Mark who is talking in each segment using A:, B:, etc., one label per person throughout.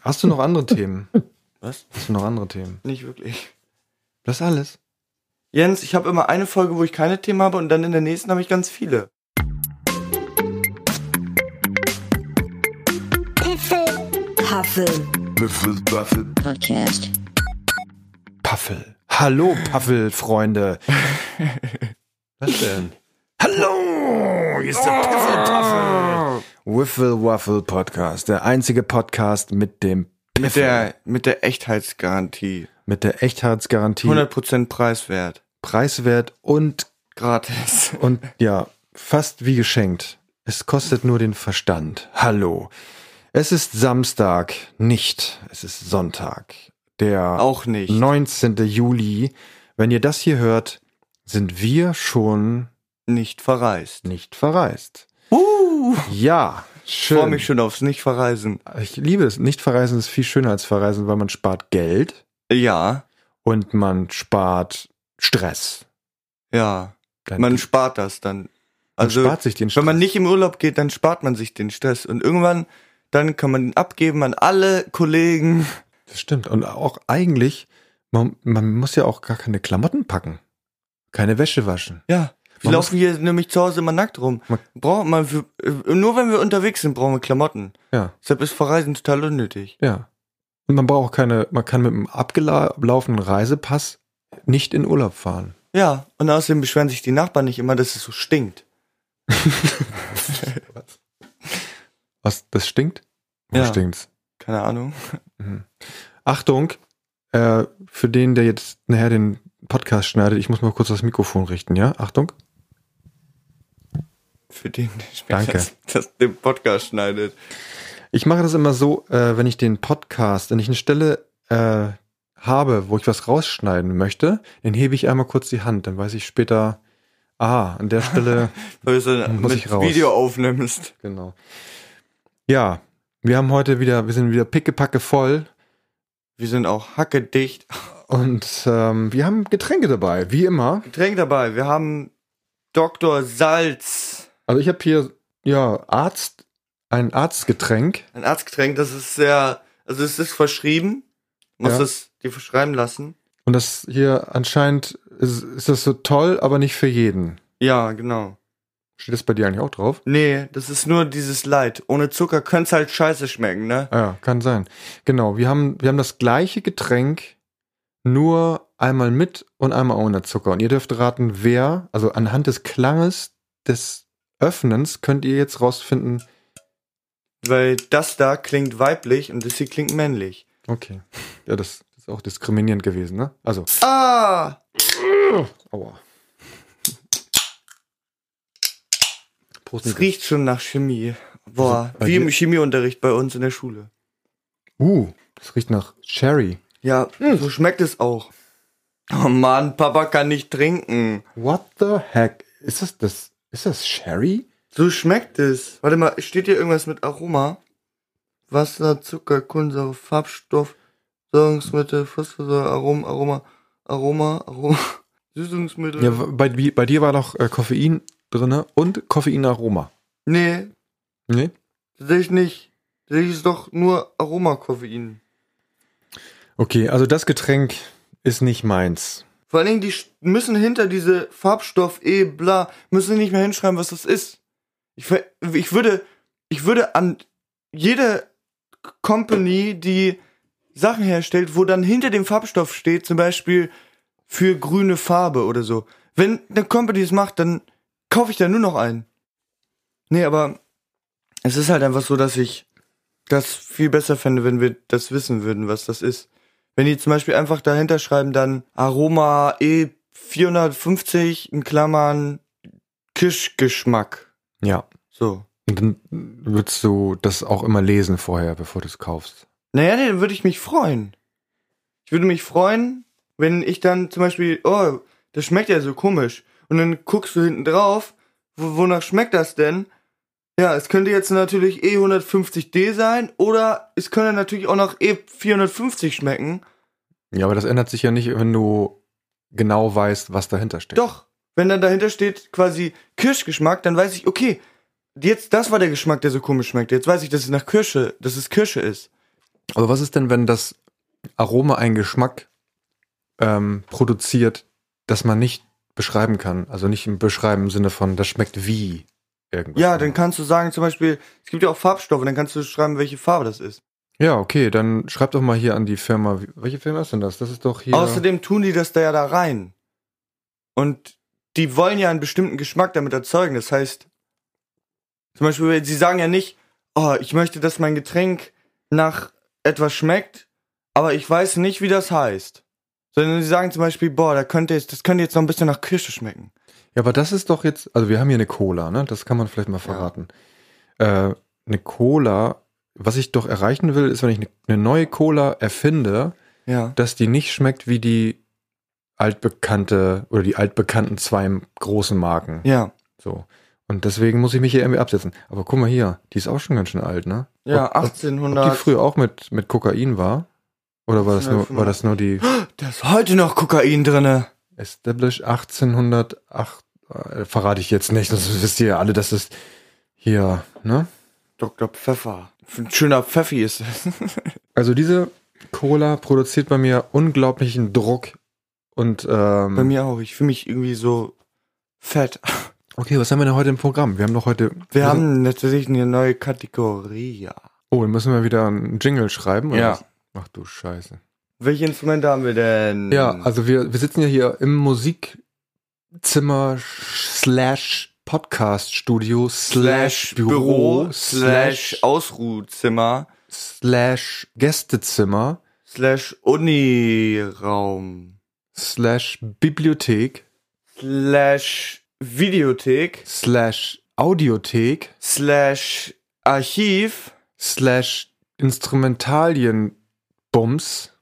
A: Hast du noch andere Themen?
B: Was?
A: Hast du noch andere Themen?
B: Nicht wirklich.
A: Das alles.
B: Jens, ich habe immer eine Folge, wo ich keine Themen habe und dann in der nächsten habe ich ganz viele.
C: Puffel Podcast.
A: Paffel. Hallo, Paffel-Freunde. Was denn? Hallo, hier ist der Paffel-Paffel. Wiffle Waffle Podcast. Der einzige Podcast mit dem
B: Mit der, mit der Echtheitsgarantie.
A: mit der Echtheitsgarantie,
B: 100% preiswert.
A: preiswert und,
B: Gratis.
A: und ja, fast wie geschenkt. Es kostet nur den Verstand. Hallo. Es ist Samstag, nicht. Es ist Sonntag. Der
B: Auch nicht.
A: 19. Juli. Wenn ihr das hier hört, sind wir schon
B: Nicht verreist.
A: nicht verreist.
B: Uh,
A: Ja,
B: ich freue
A: schön.
B: mich schon aufs Nicht-Verreisen.
A: Ich liebe es. Nicht verreisen ist viel schöner als verreisen, weil man spart Geld
B: Ja,
A: und man spart Stress.
B: ja.
A: Dann-
B: Man spart das dann.
A: man
B: Also,
A: spart sich den Stress.
B: wenn man nicht im Urlaub geht, dann spart man sich den Stress. Und irgendwann, dann kann man ihn abgeben an alle Kollegen.
A: das stimmt. Und auch eigentlich, man, man muss ja auch gar keine Klamotten packen. Keine Wäsche waschen.
B: Ja. Wir
A: Man
B: laufen hier nämlich zu Hause immer nackt rum.
A: Man-
B: Braucht man für, äh, nur wenn wir unterwegs sind, brauchen wir Klamotten.
A: Ja.
B: Deshalb ist Verreisen total unnötig.
A: Ja. Und man braucht keine, man kann mit einem abgelaufenen Reisepass nicht in Urlaub fahren.
B: Ja, und außerdem beschweren sich die Nachbarn nicht immer, dass es so stinkt.
A: Was, das stinkt? Wo
B: Ja.
A: stinkt's?
B: Keine Ahnung.
A: Achtung, äh, für den, der jetzt nachher den Podcast schneidet, ich muss mal kurz das Mikrofon richten, ja? Achtung.
B: Für den, der später
A: Danke.
B: Das, das den Podcast schneidet.
A: Ich mache das immer so, äh, wenn ich den Podcast, wenn ich eine Stelle äh, habe, wo ich was rausschneiden möchte, dann hebe ich einmal kurz die Hand, dann weiß ich später, ah, an der Stelle,
B: Weil du es dann
A: Muss
B: mit
A: ich raus.
B: Video aufnimmst.
A: genau. Ja, wir haben heute wieder, wir sind wieder pickepacke voll
B: Wir sind auch hackedicht.
A: und ähm, wir haben Getränke dabei, wie immer.
B: Getränk dabei. Wir haben Dr. Salz.
A: Also ich habe hier, ja, Arzt, ein Arztgetränk.
B: Ein Arztgetränk, das ist sehr, also es ist verschrieben. Muss
A: Ja.
B: es dir verschreiben lassen.
A: Und das hier anscheinend ist, ist das so toll, aber nicht für jeden.
B: Ja, genau.
A: Steht das bei dir eigentlich auch drauf?
B: Nee, das ist nur dieses Leid. Ohne Zucker könnte es halt scheiße schmecken, ne?
A: Ah Ja, kann sein. Genau, wir haben, wir haben das gleiche Getränk, nur einmal mit und einmal ohne Zucker. Und ihr dürft raten, wer, also anhand des Klanges des Öffnens könnt ihr jetzt rausfinden,
B: Weil das da klingt weiblich und das hier klingt männlich.
A: okay, ja, das ist auch diskriminierend gewesen, ne? Also,
B: Ah!
A: aua. Prost.
B: Es
A: Niklas.
B: riecht schon nach Chemie. Boah,
A: Also, bei
B: wie im
A: dir-
B: Chemieunterricht bei uns in der Schule.
A: Uh, das riecht nach Sherry.
B: Ja,
A: Hm.
B: so schmeckt es auch. Oh Mann, Papa kann nicht trinken.
A: What the heck? Ist das das? Ist das Sherry?
B: So schmeckt es. Warte mal, steht hier irgendwas mit Aroma? Wasser, Zucker, Kohlensäure, Farbstoff, Säurungsmittel, Phosphorsäure, Aroma, Aroma, Aroma, Aroma, Süßungsmittel.
A: Ja, bei, wie- bei dir war doch äh, Koffein drinne und Koffeinaroma.
B: nee,
A: Nee?
B: tatsächlich nicht. Tatsächlich ist doch nur Aromakoffein.
A: Okay, also das Getränk ist nicht meins.
B: Vor allen Dingen, die sch- müssen hinter diese Farbstoff E bla, müssen nicht mehr hinschreiben, was das ist. Ich, ver- ich würde, ich würde an jede Company, die Sachen herstellt, wo dann hinter dem Farbstoff steht, zum Beispiel für grüne Farbe oder so. Wenn eine Company es macht, dann kaufe ich da nur noch einen. Nee, aber es ist halt einfach so, dass ich das viel besser fände, wenn wir das wissen würden, was das ist. Wenn die zum Beispiel einfach dahinter schreiben, dann Aroma E450 in Klammern Kirschgeschmack.
A: Ja.
B: So.
A: Und dann würdest du das auch immer lesen vorher, bevor du es kaufst.
B: Naja, nee, dann würde ich mich freuen. Ich würde mich freuen, wenn ich dann zum Beispiel, oh, das schmeckt ja so komisch. Und dann guckst du hinten drauf, wo, wonach schmeckt das denn? Ja, es könnte jetzt natürlich E150D sein oder es könnte natürlich auch nach E450 schmecken.
A: Ja, aber das ändert sich ja nicht, wenn du genau weißt, was dahinter steht.
B: Doch, wenn dann dahinter steht quasi Kirschgeschmack, dann weiß ich, okay, jetzt das war der Geschmack, der so komisch schmeckt. Jetzt weiß ich, dass es nach Kirsche, dass es Kirsche ist.
A: Aber was ist denn, wenn das Aroma einen Geschmack ähm, produziert, das man nicht beschreiben kann? Also nicht im Beschreiben im Sinne von, das schmeckt wie irgendwas.
B: Ja, dann kannst du sagen, zum Beispiel, es gibt ja auch Farbstoffe, dann kannst du schreiben, welche Farbe das ist.
A: Ja, okay, dann schreib doch mal hier an die Firma. Wie- Welche Firma ist denn das? Das ist doch hier.
B: Außerdem tun die das da ja da rein. Und die wollen ja einen bestimmten Geschmack damit erzeugen. Das heißt, zum Beispiel, wenn- sie sagen ja nicht, oh, ich möchte, dass mein Getränk nach etwas schmeckt, aber ich weiß nicht, wie das heißt. Sondern sie sagen zum Beispiel, boah, da könnte jetzt, das könnte jetzt noch ein bisschen nach Kirsche schmecken.
A: Ja, aber das ist doch jetzt, also wir haben hier eine Cola, ne? Das kann man vielleicht mal verraten. Äh, eine Cola, was ich doch erreichen will, ist, wenn ich eine, eine neue Cola erfinde,
B: Ja.
A: dass die nicht schmeckt wie die altbekannte oder die altbekannten zwei großen Marken.
B: Ja.
A: So. Und deswegen muss ich mich hier irgendwie absetzen. Aber guck mal hier, die ist auch schon ganz schön alt, ne?
B: Ja,
A: Ob- ob- Ob die
B: 1800.
A: früher auch mit, mit Kokain war? Oder war das nur, war das nur die
B: Da ist heute noch Kokain drinne.
A: Established 1808? Äh, verrate ich jetzt nicht, sonst wisst ihr ja alle, dass es hier, ne?
B: Dr. Pfeffer. Hm. Ein schöner Pfeffi ist es.
A: Also diese Cola produziert bei mir unglaublichen Druck und ähm,
B: Bei mir auch. Ich fühle mich irgendwie so fett.
A: Okay, was haben wir denn heute im Programm? Wir haben doch heute
B: Wir haben natürlich eine neue Kategorie. Ja.
A: Oh, dann müssen wir wieder einen Jingle schreiben?
B: Ja.
A: was? Ach du Scheiße.
B: Welche Instrumente haben wir denn?
A: Ja, also wir, wir sitzen ja hier im Musikzimmer slash Podcast-Studio
B: slash Büro, slash
A: slash,
B: Ausruhzimmer,
A: slash Gästezimmer
B: slash Uniraum,
A: slash Bibliothek
B: slash Videothek,
A: slash Audiothek
B: slash Archiv,
A: slash Instrumentalienbums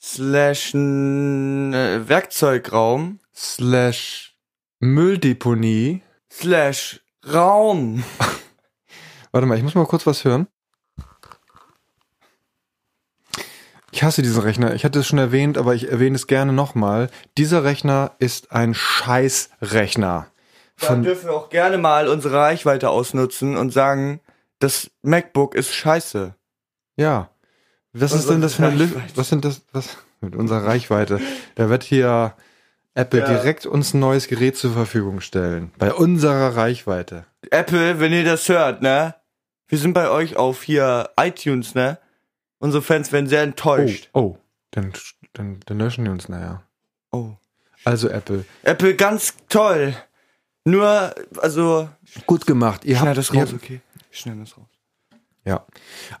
B: slash n- äh, Werkzeugraum,
A: slash Mülldeponie.
B: slash Raum.
A: Warte mal, ich muss mal kurz was hören. Ich hasse diesen Rechner. Ich hatte es schon erwähnt, aber ich erwähne es gerne nochmal. Dieser Rechner ist ein Scheißrechner.
B: Da
A: Von,
B: dürfen wir auch gerne mal unsere Reichweite ausnutzen und sagen, das MacBook ist scheiße.
A: ja. Was ist
B: Unsere
A: denn das für eine Lü
B: Reichweite.
A: Was sind das? Was mit unserer Reichweite? Da wird hier Apple
B: Ja.
A: direkt uns ein neues Gerät zur Verfügung stellen. Bei unserer Reichweite.
B: Apple, wenn ihr das hört, ne? Wir sind bei euch auf hier iTunes, ne? Unsere Fans werden sehr
A: Oh,
B: enttäuscht.
A: oh. Dann, dann, dann löschen die uns nachher.
B: Oh.
A: Also Apple.
B: Apple, ganz toll. Nur, also,
A: Gut gemacht. Ihr
B: schneid
A: habt,
B: das
A: ihr
B: raus,
A: habt-
B: okay? Schneid das raus.
A: Ja,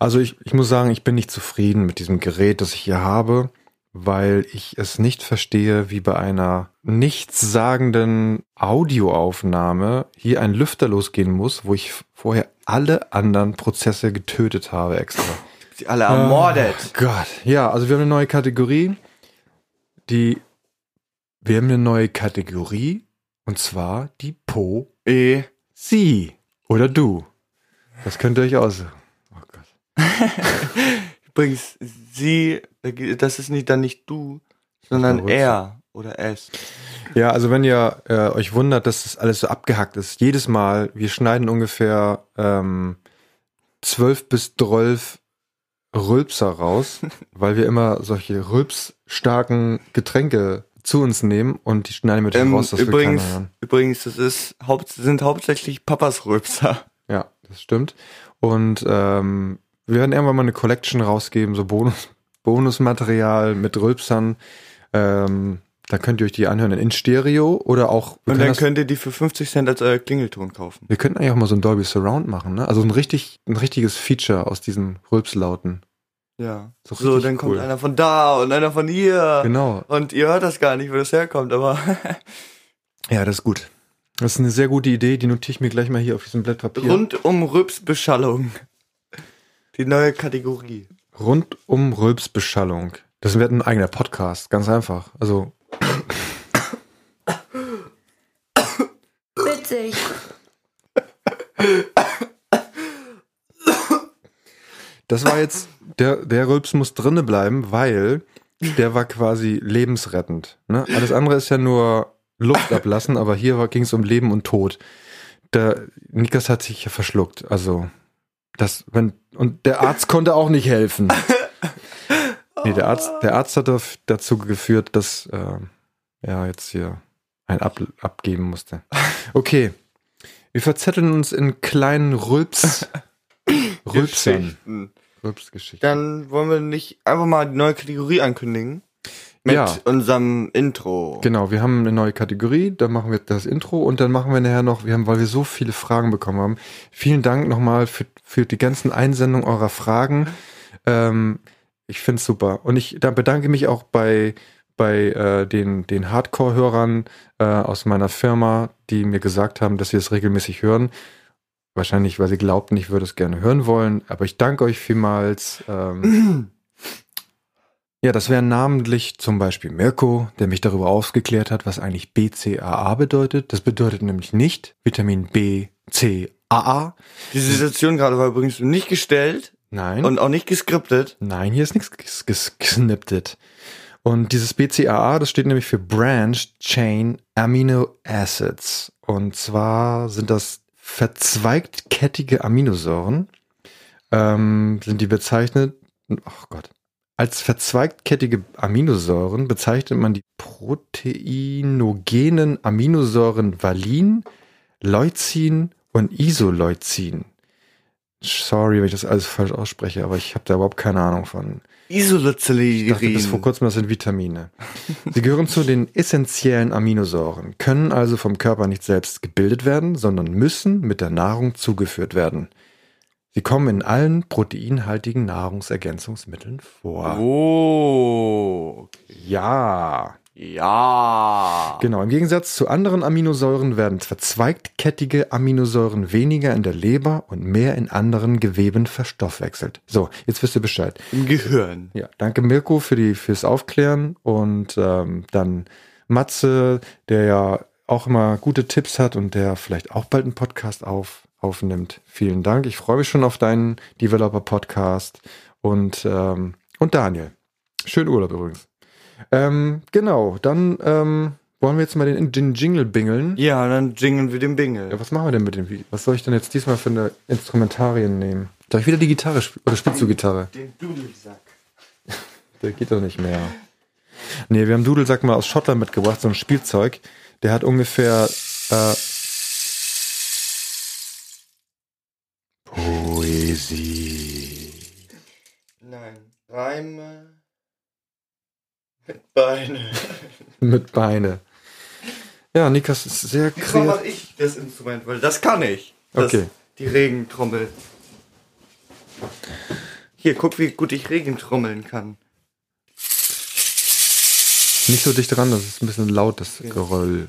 A: also ich, ich muss sagen, ich bin nicht zufrieden mit diesem Gerät, das ich hier habe, weil ich es nicht verstehe, wie bei einer nichtssagenden Audioaufnahme hier ein Lüfter losgehen muss, wo ich vorher alle anderen Prozesse getötet habe extra.
B: Sie alle ermordet.
A: Gott, ja, also wir haben eine neue Kategorie, die, wir haben eine neue Kategorie und zwar die Po
B: Eh.
A: Sie oder du. Das könnt ihr euch aussuchen. Oh Gott.
B: Übrigens, sie, das ist nicht dann nicht du,
A: mal
B: sondern
A: rülpsen.
B: er oder es.
A: Ja, also wenn ihr äh, euch wundert, dass das alles so abgehackt ist, jedes Mal, wir schneiden ungefähr ähm, 12 bis 12 Rülpser raus, weil wir immer solche rülpsstarken Getränke zu uns nehmen und die schneiden wir dann
B: Ähm,
A: raus, dass
B: übrigens,
A: wir keiner hören.
B: übrigens, das ist, haupt, sind hauptsächlich Papas Rülpser.
A: Ja, das stimmt. Und ähm, wir werden irgendwann mal eine Collection rausgeben, so Bonus, Bonusmaterial mit Rülpsern. Ähm, da könnt ihr euch die anhören in Stereo oder auch. wir
B: Und
A: können
B: dann
A: das-
B: könnt ihr die für 50 Cent als euer Klingelton kaufen.
A: Wir könnten eigentlich auch mal so ein Dolby Surround machen, ne? Also ein richtig, ein richtiges Feature aus diesen Rülpslauten.
B: Ja.
A: So
B: So,
A: richtig
B: dann kommt
A: cool.
B: einer von da und einer von hier.
A: Genau.
B: Und ihr hört das gar nicht, wo das herkommt, aber
A: Ja, das ist gut. Das ist eine sehr gute Idee, die notiere ich mir gleich mal hier auf diesem Blatt Papier.
B: rund um Rübsbeschallung. Die neue Kategorie.
A: Rund um Rülpsbeschallung. Das wird ein eigener Podcast, ganz einfach. Also,
C: Witzig.
A: das war jetzt, der, der Rülps muss drinne bleiben, weil der war quasi lebensrettend. Ne? Alles andere ist ja nur Luft ablassen, aber hier ging es um Leben und Tod. Der Nikas hat sich ja verschluckt. Also, das, wenn, und der Arzt konnte auch nicht helfen. Nee, der Arzt, der Arzt hat daf- dazu geführt, dass ähm, er jetzt hier ein Ab abgeben musste. Okay. Wir verzetteln uns in kleinen Rülps. Rülpsern.
B: Geschichten.
A: Rülpsgeschichten.
B: Dann wollen wir nicht einfach mal die neue Kategorie ankündigen. Mit
A: Ja.
B: unserem Intro.
A: Genau, wir haben eine neue Kategorie, dann machen wir das Intro und dann machen wir nachher noch, wir haben, weil wir so viele Fragen bekommen haben, vielen Dank nochmal für, für die ganzen Einsendungen eurer Fragen. Ähm, ich finde es super. Und ich da bedanke mich auch bei, bei äh, den, den Hardcore-Hörern äh, aus meiner Firma, die mir gesagt haben, dass sie es regelmäßig hören. Wahrscheinlich, weil sie glaubten, ich würde es gerne hören wollen. Aber ich danke euch vielmals. Ähm, ja, das wären namentlich zum Beispiel Mirko, der mich darüber aufgeklärt hat, was eigentlich BCAA bedeutet. Das bedeutet nämlich nicht Vitamin B, C, AA.
B: Die Situation gerade war übrigens nicht gestellt
A: Nein.
B: und auch nicht geskriptet.
A: Nein, hier ist nichts ges- ges- gesnipptet. Und dieses BCAA, das steht nämlich für Branch Chain Amino Acids. Und zwar sind das verzweigtkettige Aminosäuren, ähm, sind die bezeichnet, ach Gott, als verzweigtkettige Aminosäuren bezeichnet man die proteinogenen Aminosäuren Valin, Leucin und Isoleucin. Sorry, wenn ich das alles falsch ausspreche, aber ich habe da überhaupt keine Ahnung von. Ich dachte bis vor
B: Isolacerin.
A: kurzem, das sind Vitamine. Sie gehören zu den essentiellen Aminosäuren, können also vom Körper nicht selbst gebildet werden, sondern müssen mit der Nahrung zugeführt werden. Sie kommen in allen proteinhaltigen Nahrungsergänzungsmitteln vor.
B: Oh.
A: Ja.
B: Ja.
A: Genau, im Gegensatz zu anderen Aminosäuren werden verzweigtkettige Aminosäuren weniger in der Leber und mehr in anderen Geweben verstoffwechselt. So, jetzt wisst ihr Bescheid.
B: Im Gehirn.
A: Ja, danke Mirko für die, fürs Aufklären und ähm, dann Matze, der ja auch immer gute Tipps hat und der vielleicht auch bald einen Podcast auf, aufnimmt. Vielen Dank. Ich freue mich schon auf deinen Developer-Podcast und, ähm, und Daniel. Schönen Urlaub übrigens. Ähm, genau, dann ähm, wollen wir jetzt mal den, den Jingle bingeln.
B: Ja, dann jingeln wir den
A: Ja,
B: Bingel.
A: was machen wir denn mit dem Video? Was soll ich denn jetzt diesmal für eine Instrumentarien nehmen? Soll ich wieder die Gitarre spielen? Oder spielst du Gitarre?
B: Den Dudelsack.
A: Der geht doch nicht mehr. Nee, wir haben Dudelsack mal aus Schottland mitgebracht, so ein Spielzeug. Der hat ungefähr. Äh, Poesie.
B: Nein. Reime. Mit Beine.
A: Mit Beine. Ja, Nikas ist sehr
B: Diesmal
A: kreativ.
B: mache ich das Instrument, weil das kann ich. Das,
A: Okay.
B: Die Regentrommel. Hier, guck, wie gut ich Regen trommeln kann.
A: Nicht so dicht dran, das ist ein bisschen laut, das Geröll.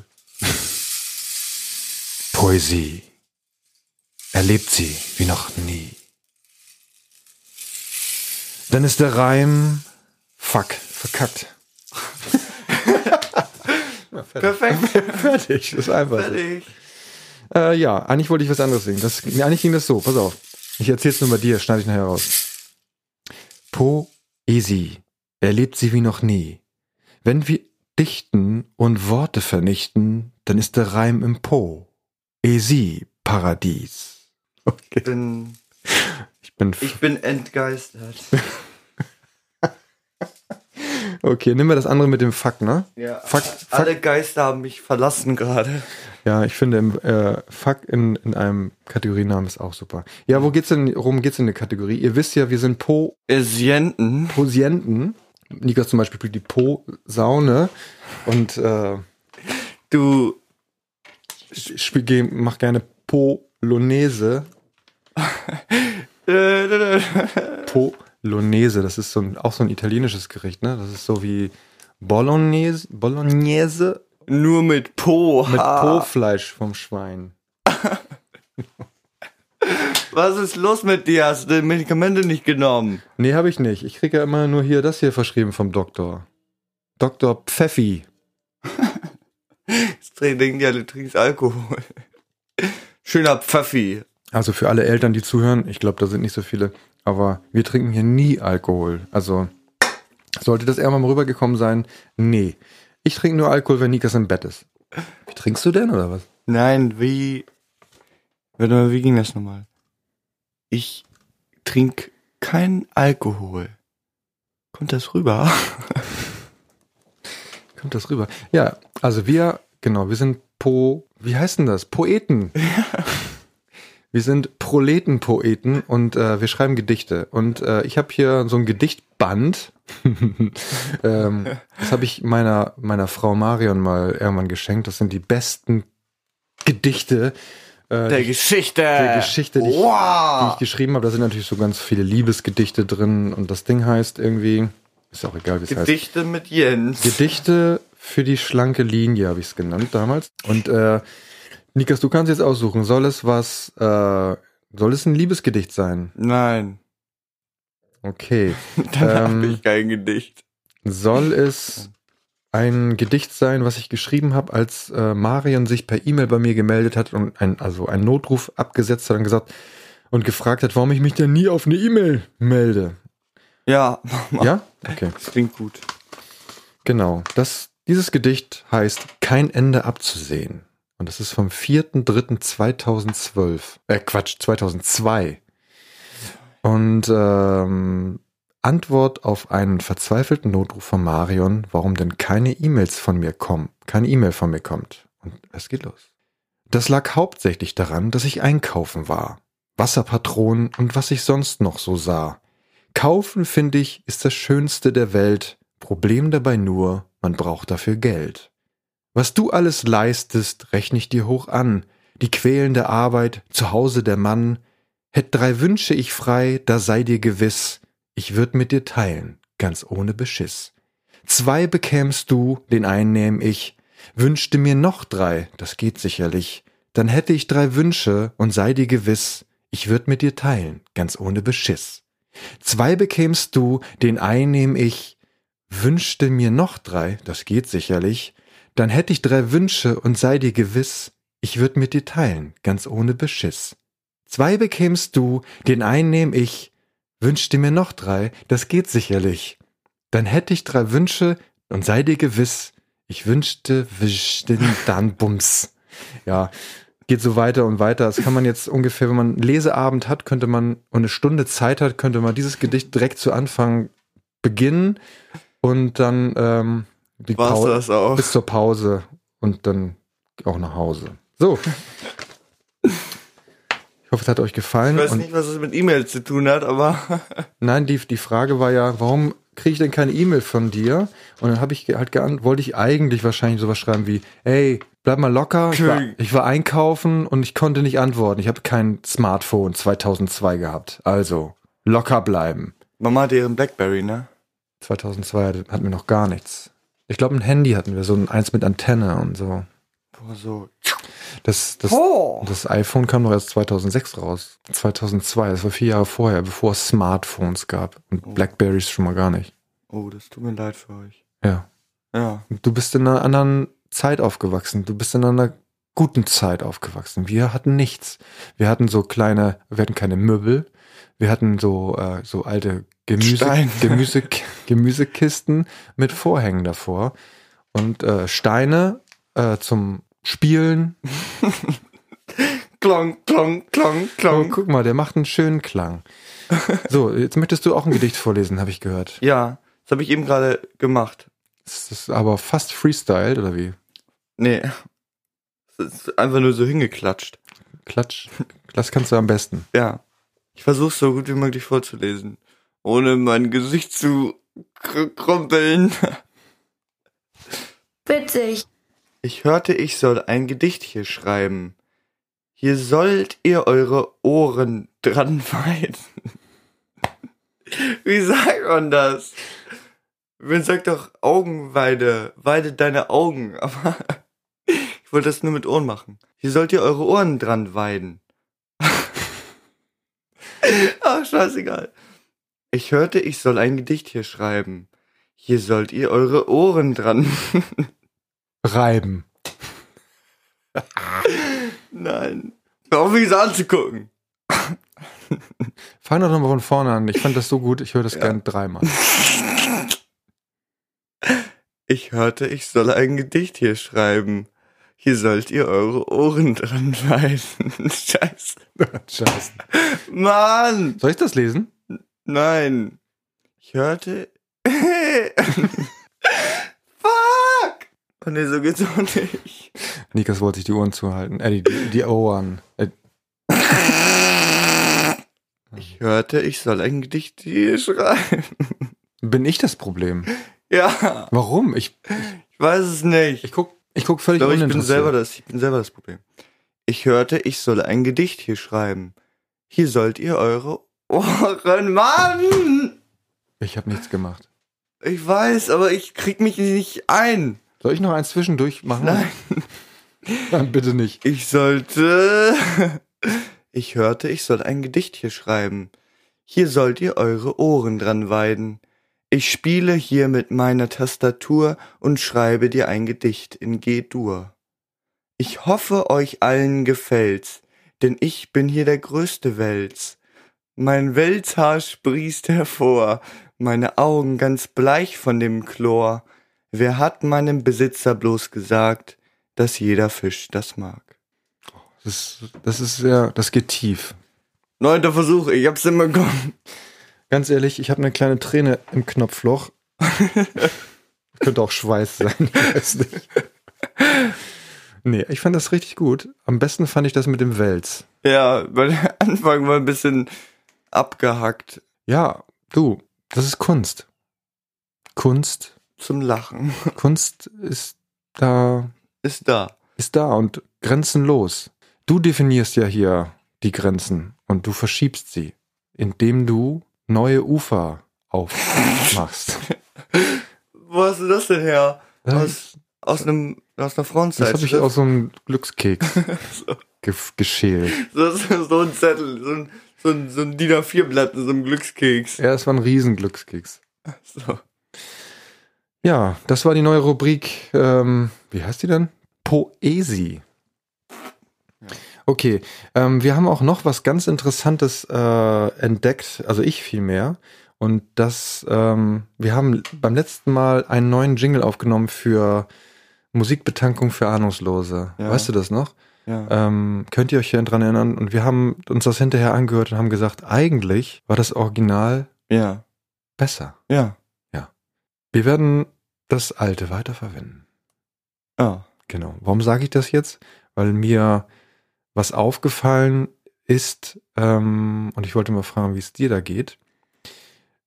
A: Poesie. Erlebt sie wie noch nie. Dann ist der Reim. Fuck, verkackt.
B: Perfekt.
A: Fertig, das ist einfach. so.
B: Fertig.
A: Äh, ja, eigentlich wollte ich was anderes singen. Das, nee, eigentlich ging das so, pass auf. Ich erzähl's nur bei dir, schneide ich nachher raus. Poesie. Erlebt sie wie noch nie. Wenn wir dichten und Worte vernichten, dann ist der Reim im Po. Esie, Paradies. Okay.
B: Ich bin,
A: Ich bin.
B: ich bin entgeistert.
A: Okay, nimm mir das andere mit dem Fuck, ne?
B: Ja,
A: Fuck,
B: Alle Geister haben mich verlassen gerade.
A: Ja, ich finde im, äh, Fuck in, in einem Kategorienamen ist auch super. Ja, wo geht's denn, worum geht's in der Kategorie? Ihr wisst ja, wir sind Po
B: Esienten.
A: Posienten. Nikas zum Beispiel spielt die Posaune und äh,
B: Du,
A: spiel, ge- macht gerne Polonaise.
B: äh,
A: Polonaise, das ist so ein, auch so ein italienisches Gericht, ne? Das ist so wie Bolognese, Bolognese
B: nur mit Po. Ah,
A: mit
B: ha.
A: Po-Fleisch vom Schwein.
B: Was ist los mit dir? Hast du die Medikamente nicht genommen?
A: Nee, habe ich nicht. Ich kriege ja immer nur hier das hier verschrieben vom Doktor. Doktor Pfeffi.
B: Das Training, ja, du trinkst Alkohol. Schöner Pfeffi.
A: Also für alle Eltern, die zuhören, ich glaube, da sind nicht so viele, aber wir trinken hier nie Alkohol. Also sollte das irgendwann mal rübergekommen sein? Nee. Ich trinke nur Alkohol, wenn Nikas im Bett ist. Wie trinkst du denn oder was?
B: Nein, wie. Warte mal, wie ging das nochmal? Ich trink keinen Alkohol, Kommt das rüber?
A: Kommt das rüber? Ja, also wir, genau, wir sind Po, wie heißt denn das? Poeten. Wir sind Proletenpoeten und äh, wir schreiben Gedichte. Und äh, ich habe hier so ein Gedichtband. ähm, das habe ich meiner, meiner Frau Marion mal irgendwann geschenkt. Das sind die besten Gedichte äh,
B: Der
A: die ich-
B: Geschichte.
A: der Geschichte, die, ich, die
B: wow.
A: ich geschrieben habe. Da sind natürlich so ganz viele Liebesgedichte drin. Und das Ding heißt irgendwie, ist auch egal, wie es heißt.
B: Gedichte mit Jens.
A: Gedichte für die schlanke Linie, habe ich es genannt damals. Und äh, Nikas, du kannst jetzt aussuchen, soll es was, äh, soll es ein Liebesgedicht sein?
B: Nein.
A: Okay.
B: Dann
A: Ähm.
B: habe ich kein Gedicht.
A: Soll es ein Gedicht sein, was ich geschrieben habe, als äh, Marion sich per E-Mail bei mir gemeldet hat und ein, also einen Notruf abgesetzt hat und gesagt und gefragt hat, warum ich mich denn nie auf eine E-Mail melde?
B: Ja, mach mal.
A: Ja? Okay.
B: Das klingt gut.
A: Genau. Das, dieses Gedicht heißt Kein Ende abzusehen. Und das ist vom 4.3.2012. Äh, Quatsch, 2002. Und ähm, Antwort auf einen verzweifelten Notruf von Marion, warum denn keine E-Mails von mir kommen, keine E-Mail von mir kommt. Und es geht los. Das lag hauptsächlich daran, dass ich einkaufen war. Wasserpatronen und was ich sonst noch so sah. Kaufen, finde ich, ist das Schönste der Welt. Problem dabei nur, man braucht dafür Geld. Was du alles leistest, rechne ich dir hoch an. Die quälende Arbeit, zu Hause der Mann. Hätt drei Wünsche ich frei, da sei dir gewiss, ich würd mit dir teilen, ganz ohne Beschiss. Zwei bekämst du, den einen nähm ich. Wünschte mir noch drei, das geht sicherlich. Dann hätte ich drei Wünsche und sei dir gewiss, ich würd mit dir teilen, ganz ohne Beschiss. Zwei bekämst du, den einen nehm ich. Wünschte mir noch drei, das geht sicherlich. Dann hätte ich drei Wünsche und sei dir gewiss, ich würd mit dir teilen, ganz ohne Beschiss. Zwei bekämst du, den einen nehm ich. Wünschte mir noch drei, das geht sicherlich. Dann hätte ich drei Wünsche und sei dir gewiss, ich wünschte, wünschte dann Bums. Ja, geht so weiter und weiter. Das kann man jetzt ungefähr, wenn man einen Leseabend hat, könnte man und eine Stunde Zeit hat, könnte man dieses Gedicht direkt zu Anfang beginnen und dann ähm, die
B: War's
A: Pau-
B: das auch?
A: bis zur Pause und dann auch nach Hause. So. Ich hoffe, es hat euch gefallen.
B: Ich weiß
A: und
B: nicht, was es mit E-Mail zu tun hat, aber
A: Nein, die, die Frage war ja, warum kriege ich denn keine E-Mail von dir? Und dann habe ich ge- halt geantwortet, wollte ich eigentlich wahrscheinlich sowas schreiben wie, ey, bleib mal locker, ich war,
B: König.
A: ich war einkaufen und ich konnte nicht antworten. Ich habe kein Smartphone 2002 gehabt. Also, locker bleiben.
B: Mama hatte ihren Blackberry, ne?
A: 2002 hatte- hatten wir noch gar nichts. Ich glaube, ein Handy hatten wir, so ein eins mit Antenne und so.
B: Boah, so.
A: Das, das,
B: Oh.
A: das iPhone kam doch erst 2006 raus. 2002, das war vier Jahre vorher, bevor es Smartphones gab. Und Blackberries schon mal gar nicht.
B: oh, das tut mir leid für euch.
A: Ja.
B: Ja.
A: Du bist in einer anderen Zeit aufgewachsen. Du bist in einer guten Zeit aufgewachsen. Wir hatten nichts. Wir hatten so kleine, wir hatten keine Möbel. Wir hatten so, äh, so alte Gemüse,
B: Stein.
A: Gemüse, Gemüsekisten mit Vorhängen davor und äh, Steine äh, zum Spielen.
B: Klong, klong, klong,
A: Oh,
B: klong.
A: guck mal, der macht einen schönen Klang. So, jetzt möchtest du auch ein Gedicht vorlesen, habe ich gehört.
B: Ja, das habe ich eben gerade gemacht.
A: Das ist aber fast Freestyle, oder wie?
B: Nee. Das ist einfach nur so hingeklatscht.
A: Klatsch. Das kannst du am besten.
B: Ja. Ich versuche so gut wie möglich vorzulesen. Ohne mein Gesicht zu kr krumpeln.
C: Witzig.
B: Ich hörte, ich soll ein Gedicht hier schreiben. Hier sollt ihr eure Ohren dran weiden. Wie sagt man das? Man sagt doch Augenweide, weide deine Augen, aber ich wollte das nur mit Ohren machen. Hier sollt ihr eure Ohren dran weiden. Ach, scheißegal. Ich hörte, ich soll ein Gedicht hier schreiben. Hier sollt ihr eure Ohren dran.
A: Reiben.
B: Nein. Hör auf mich so anzugucken.
A: Fang doch nochmal von vorne an. Ich fand das so gut, ich höre das
B: Ja.
A: gern dreimal.
B: Ich hörte, ich soll ein Gedicht hier schreiben. Hier sollt ihr eure Ohren dran weiden. Scheiße.
A: Scheiße.
B: Mann!
A: Soll ich das lesen?
B: Nein. Ich hörte, nee. Fuck. Oh, nee, so geht's auch nicht.
A: Nikas wollte sich die Ohren zuhalten. Äh, die, die Ohren. Äh,
B: Ich hörte, ich soll ein Gedicht hier schreiben.
A: bin ich das Problem?
B: Ja,
A: Warum? Ich,
B: ich weiß es nicht.
A: ich guck, ich guck völlig
B: Ich glaube, ich bin
A: uninteressiert.
B: selber das, ich bin selber das Problem. Ich hörte, ich soll ein Gedicht hier schreiben. Hier sollt ihr eure Ohren, Mann!
A: Ich habe nichts gemacht.
B: Ich weiß, aber ich krieg mich nicht ein.
A: Soll ich noch eins zwischendurch machen?
B: Nein.
A: Nein, bitte nicht.
B: Ich sollte. Ich hörte, ich soll ein Gedicht hier schreiben. Hier sollt ihr eure Ohren dran weiden. Ich spiele hier mit meiner Tastatur und schreibe dir ein Gedicht in G-Dur. Ich hoffe, euch allen gefällt's, denn ich bin hier der größte Wels. Mein Welshaar sprießt hervor, meine Augen ganz bleich von dem Chlor. Wer hat meinem Besitzer bloß gesagt, dass jeder Fisch das mag?
A: Das, das ist sehr, das geht tief.
B: Neunter Versuch, ich hab's hinbekommen.
A: Ganz ehrlich, ich habe eine kleine Träne im Knopfloch. Könnte auch Schweiß sein, ich weiß nicht. Nee, ich fand das richtig gut. Am besten fand ich das mit dem Wels.
B: Ja, weil der Anfang war ein bisschen abgehackt
A: Ja, du, das ist Kunst. Kunst,
B: zum Lachen.
A: Kunst ist da,
B: Ist da.
A: ist da und grenzenlos. Du definierst ja hier die Grenzen und du verschiebst sie, indem du neue Ufer aufmachst.
B: Wo hast du das denn her?
A: Das,
B: Aus einem, aus
A: Äh,
B: einer
A: das
B: Frontseite.
A: habe ich aus so einem Glückskeks
B: so,
A: ge geschält.
B: das ist so ein Zettel, so ein, so ein, so ein DIN A4-Blatt in so einem Glückskeks.
A: Ja, es war ein Riesenglückskeks.
B: So.
A: Ja, das war die neue Rubrik. Ähm, wie heißt die denn? Poesie. Okay, ähm, wir haben auch noch was ganz Interessantes äh, entdeckt, also ich vielmehr. Und das, ähm, wir haben beim letzten Mal einen neuen Jingle aufgenommen für Musikbetankung für Ahnungslose.
B: Ja.
A: Weißt du das noch?
B: Ja.
A: Ähm, könnt ihr euch hier dran erinnern? Und wir haben uns das hinterher angehört und haben gesagt, eigentlich war das Original
B: ja.
A: besser.
B: Ja.
A: Wir werden das alte weiterverwenden.
B: Ja.
A: Genau. Warum sage ich das jetzt? Weil mir was aufgefallen ist ähm, und ich wollte mal fragen, wie es dir da geht.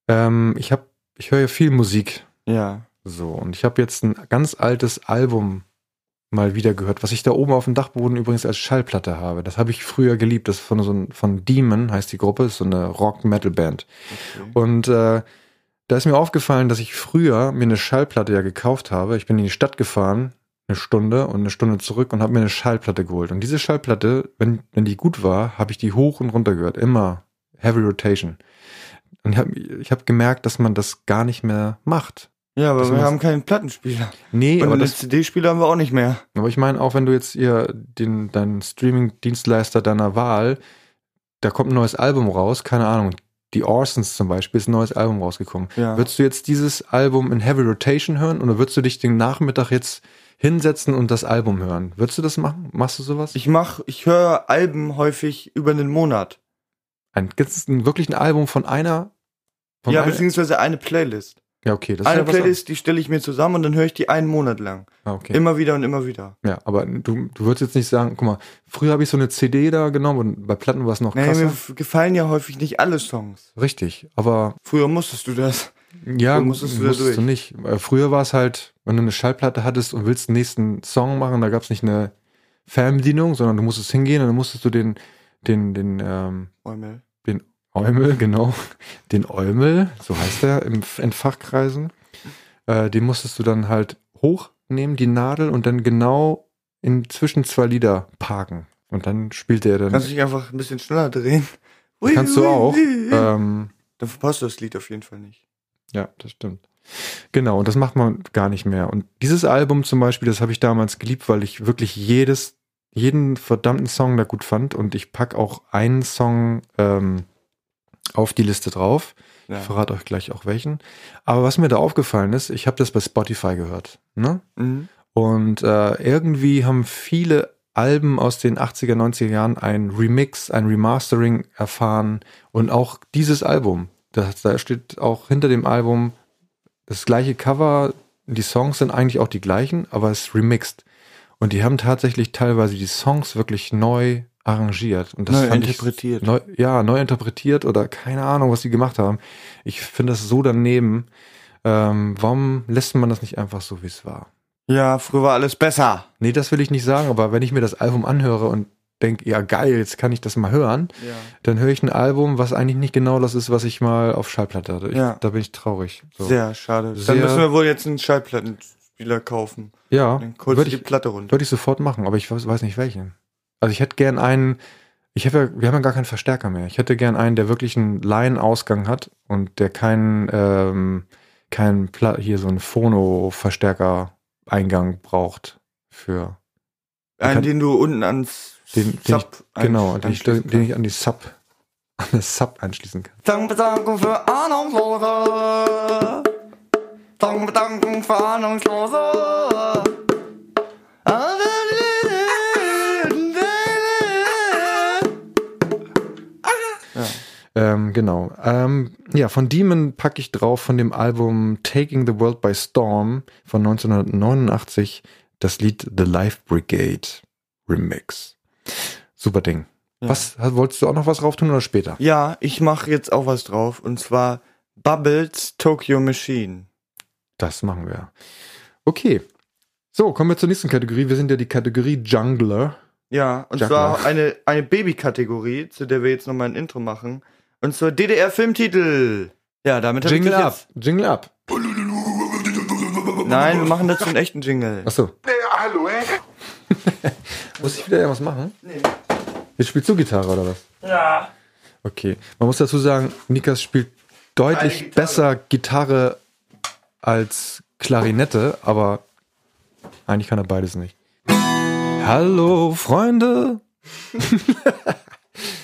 A: Ähm, ich habe, ich höre ja viel Musik
B: Ja.
A: so und ich habe jetzt ein ganz altes Album mal wieder gehört, was ich da oben auf dem Dachboden übrigens als Schallplatte habe. Das habe ich früher geliebt. Das ist von so ein, von Demon heißt die Gruppe, ist so eine Rock-Metal-Band.
B: Okay.
A: Und äh, da ist mir aufgefallen, dass ich früher mir eine Schallplatte ja gekauft habe. Ich bin in die Stadt gefahren, eine Stunde und eine Stunde zurück und habe mir eine Schallplatte geholt. Und diese Schallplatte, wenn, wenn die gut war, habe ich die hoch und runter gehört. Immer Heavy Rotation. Und ich habe ich hab gemerkt, dass man das gar nicht mehr macht.
B: Ja, aber
A: Das
B: wir
A: muss-
B: haben keinen Plattenspieler.
A: Nee,
B: Und
A: aber,
B: einen
A: das,
B: CD-Spieler haben wir auch nicht mehr.
A: aber ich meine, auch wenn du jetzt ihr den, deinen Streaming-Dienstleister deiner Wahl, da kommt ein neues Album raus, keine Ahnung. Die Orsons zum Beispiel ist ein neues Album rausgekommen.
B: Ja.
A: Würdest du jetzt dieses Album in Heavy Rotation hören oder würdest du dich den Nachmittag jetzt hinsetzen und das Album hören? Würdest du das machen? Machst du sowas?
B: Ich mach, ich höre Alben häufig über einen Monat.
A: ein, gibt's ein, wirklich ein Album von einer? Von
B: ja,
A: einer-
B: beziehungsweise eine Playlist.
A: ja, okay. Das
B: eine
A: ist ja was
B: Playlist, die stelle ich mir zusammen und dann höre ich die einen Monat lang.
A: an- Ah, okay.
B: Immer wieder und immer wieder.
A: Ja, aber du, du würdest jetzt nicht sagen, guck mal, früher habe ich so eine CD da genommen und bei Platten war es noch
B: Nee,
A: krasser.
B: mir f- gefallen ja häufig nicht alle Songs.
A: Richtig, aber
B: Früher musstest du das.
A: Ja,
B: So
A: musstest
B: musstest
A: du,
B: du da durch.
A: nicht. Äh, Früher war es halt, wenn du eine Schallplatte hattest und willst den nächsten Song machen, da gab es nicht eine Fernbedienung, sondern du musstest hingehen und dann musstest du den, den, den, ähm,
B: Eumel.
A: den Eumel, genau, den Eumel, so heißt er im, in Fachkreisen, äh, den musstest du dann halt hochnehmen, die Nadel, und dann genau in zwischen zwei Lieder parken. Und dann spielte er dann.
B: Kannst du dich einfach ein bisschen schneller drehen? Ui,
A: kannst du
B: ui,
A: auch.
B: ui, ui.
A: Ähm,
B: Dann verpasst du das Lied auf jeden Fall nicht.
A: Ja, das stimmt. Genau, und das macht man gar nicht mehr. Und dieses Album zum Beispiel, das habe ich damals geliebt, weil ich wirklich jedes, jeden verdammten Song da gut fand. Und ich pack auch einen Song ähm, auf die Liste drauf.
B: Ja.
A: Ich verrate euch gleich auch welchen. Aber was mir da aufgefallen ist, ich habe das bei Spotify gehört. Ne?
B: Mhm.
A: Und äh, irgendwie haben viele Alben aus den 80er, 90er Jahren ein Remix, ein Remastering erfahren. Und auch dieses Album, das, da steht auch hinter dem Album das gleiche Cover, die Songs sind eigentlich auch die gleichen, aber es ist remixed. Und die haben tatsächlich teilweise die Songs wirklich neu arrangiert. Und das
B: Neu
A: fand
B: interpretiert.
A: Ich, neu, ja, neu interpretiert oder keine Ahnung, was die gemacht haben. Ich finde das so daneben. Ähm, warum lässt man das nicht einfach so, wie es war?
B: Ja, früher war alles besser.
A: Nee, das will ich nicht sagen, aber wenn ich mir das Album anhöre und denke, ja geil, jetzt kann ich das mal hören,
B: Ja.
A: dann höre ich ein Album, was eigentlich nicht genau das ist, was ich mal auf Schallplatte hatte. Ich,
B: Ja.
A: Da bin ich traurig. So.
B: Sehr schade. Dann
A: Sehr-
B: müssen wir wohl jetzt einen Schallplattenspieler kaufen.
A: ja,
B: Dann kurz
A: würde
B: die
A: ich,
B: Platte runter.
A: würd ich sofort machen, aber ich weiß, weiß nicht welchen. Also ich hätte gern einen, ich habe ja, wir haben ja gar keinen Verstärker mehr. Ich hätte gern einen, der wirklich einen Laienausgang hat und der keinen, ähm, keinen Pla hier so einen Phono-Verstärker-Eingang braucht für
B: Einen,
A: kann-
B: den du unten ans
A: Den- den
B: Sub
A: Genau,
B: ein-
A: den ich,
B: anschließen
A: den ich an die Sub, an das Sub anschließen kann.
B: Danke, Bedankung für Ahnungslose. Danke, Bedankung für Ahnungslose.
A: Ähm, genau. Ähm, ja, von Demon packe ich drauf von dem Album Taking the World by Storm von 1989 das Lied The Life Brigade Remix. Super Ding.
B: Ja.
A: Was wolltest du auch noch was drauf tun oder später?
B: Ja, ich mache jetzt auch was drauf und zwar Bubbles Tokyo Machine.
A: Das machen wir. Okay. So, kommen wir zur nächsten Kategorie. Wir sind ja die Kategorie Jungler.
B: Ja, und
A: Jack
B: zwar
A: Love.
B: eine, eine Baby-Kategorie, zu der wir jetzt nochmal ein Intro machen. Und zwar DDR-Filmtitel. Ja, damit hab
A: Jingle
B: ich
A: up.
B: das
A: Jingle up.
B: Jetzt. Nein, wir machen dazu einen echten Jingle.
A: Achso. Ja, hallo, Muss ich wieder irgendwas machen? Nee. Jetzt spielst du Gitarre oder was? Ja. Okay. Man muss dazu sagen, Nikas spielt deutlich
B: Gitarre.
A: besser Gitarre als Klarinette, aber eigentlich kann er beides nicht. Hallo, Freunde.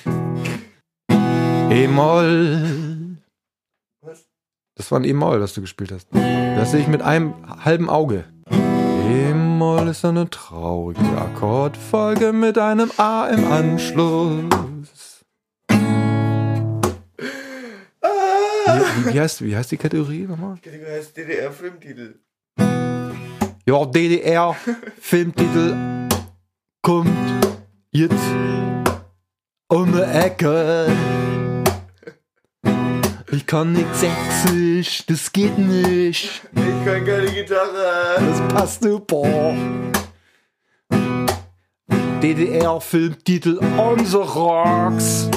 A: E-Moll. Das war ein E-Moll, das du gespielt hast. Das sehe ich mit einem halben Auge. E-Moll ist eine traurige Akkordfolge mit einem A im Anschluss. Wie, wie, heißt, wie heißt die Kategorie nochmal?
B: Kategorie heißt DDR-Filmtitel.
A: Ja, DDR, Filmtitel kommt jetzt um die Ecke. Ich kann nicht sächsisch, das geht nicht.
B: Ich kann keine Gitarre.
A: Das passt super. DDR-Filmtitel On the Rocks.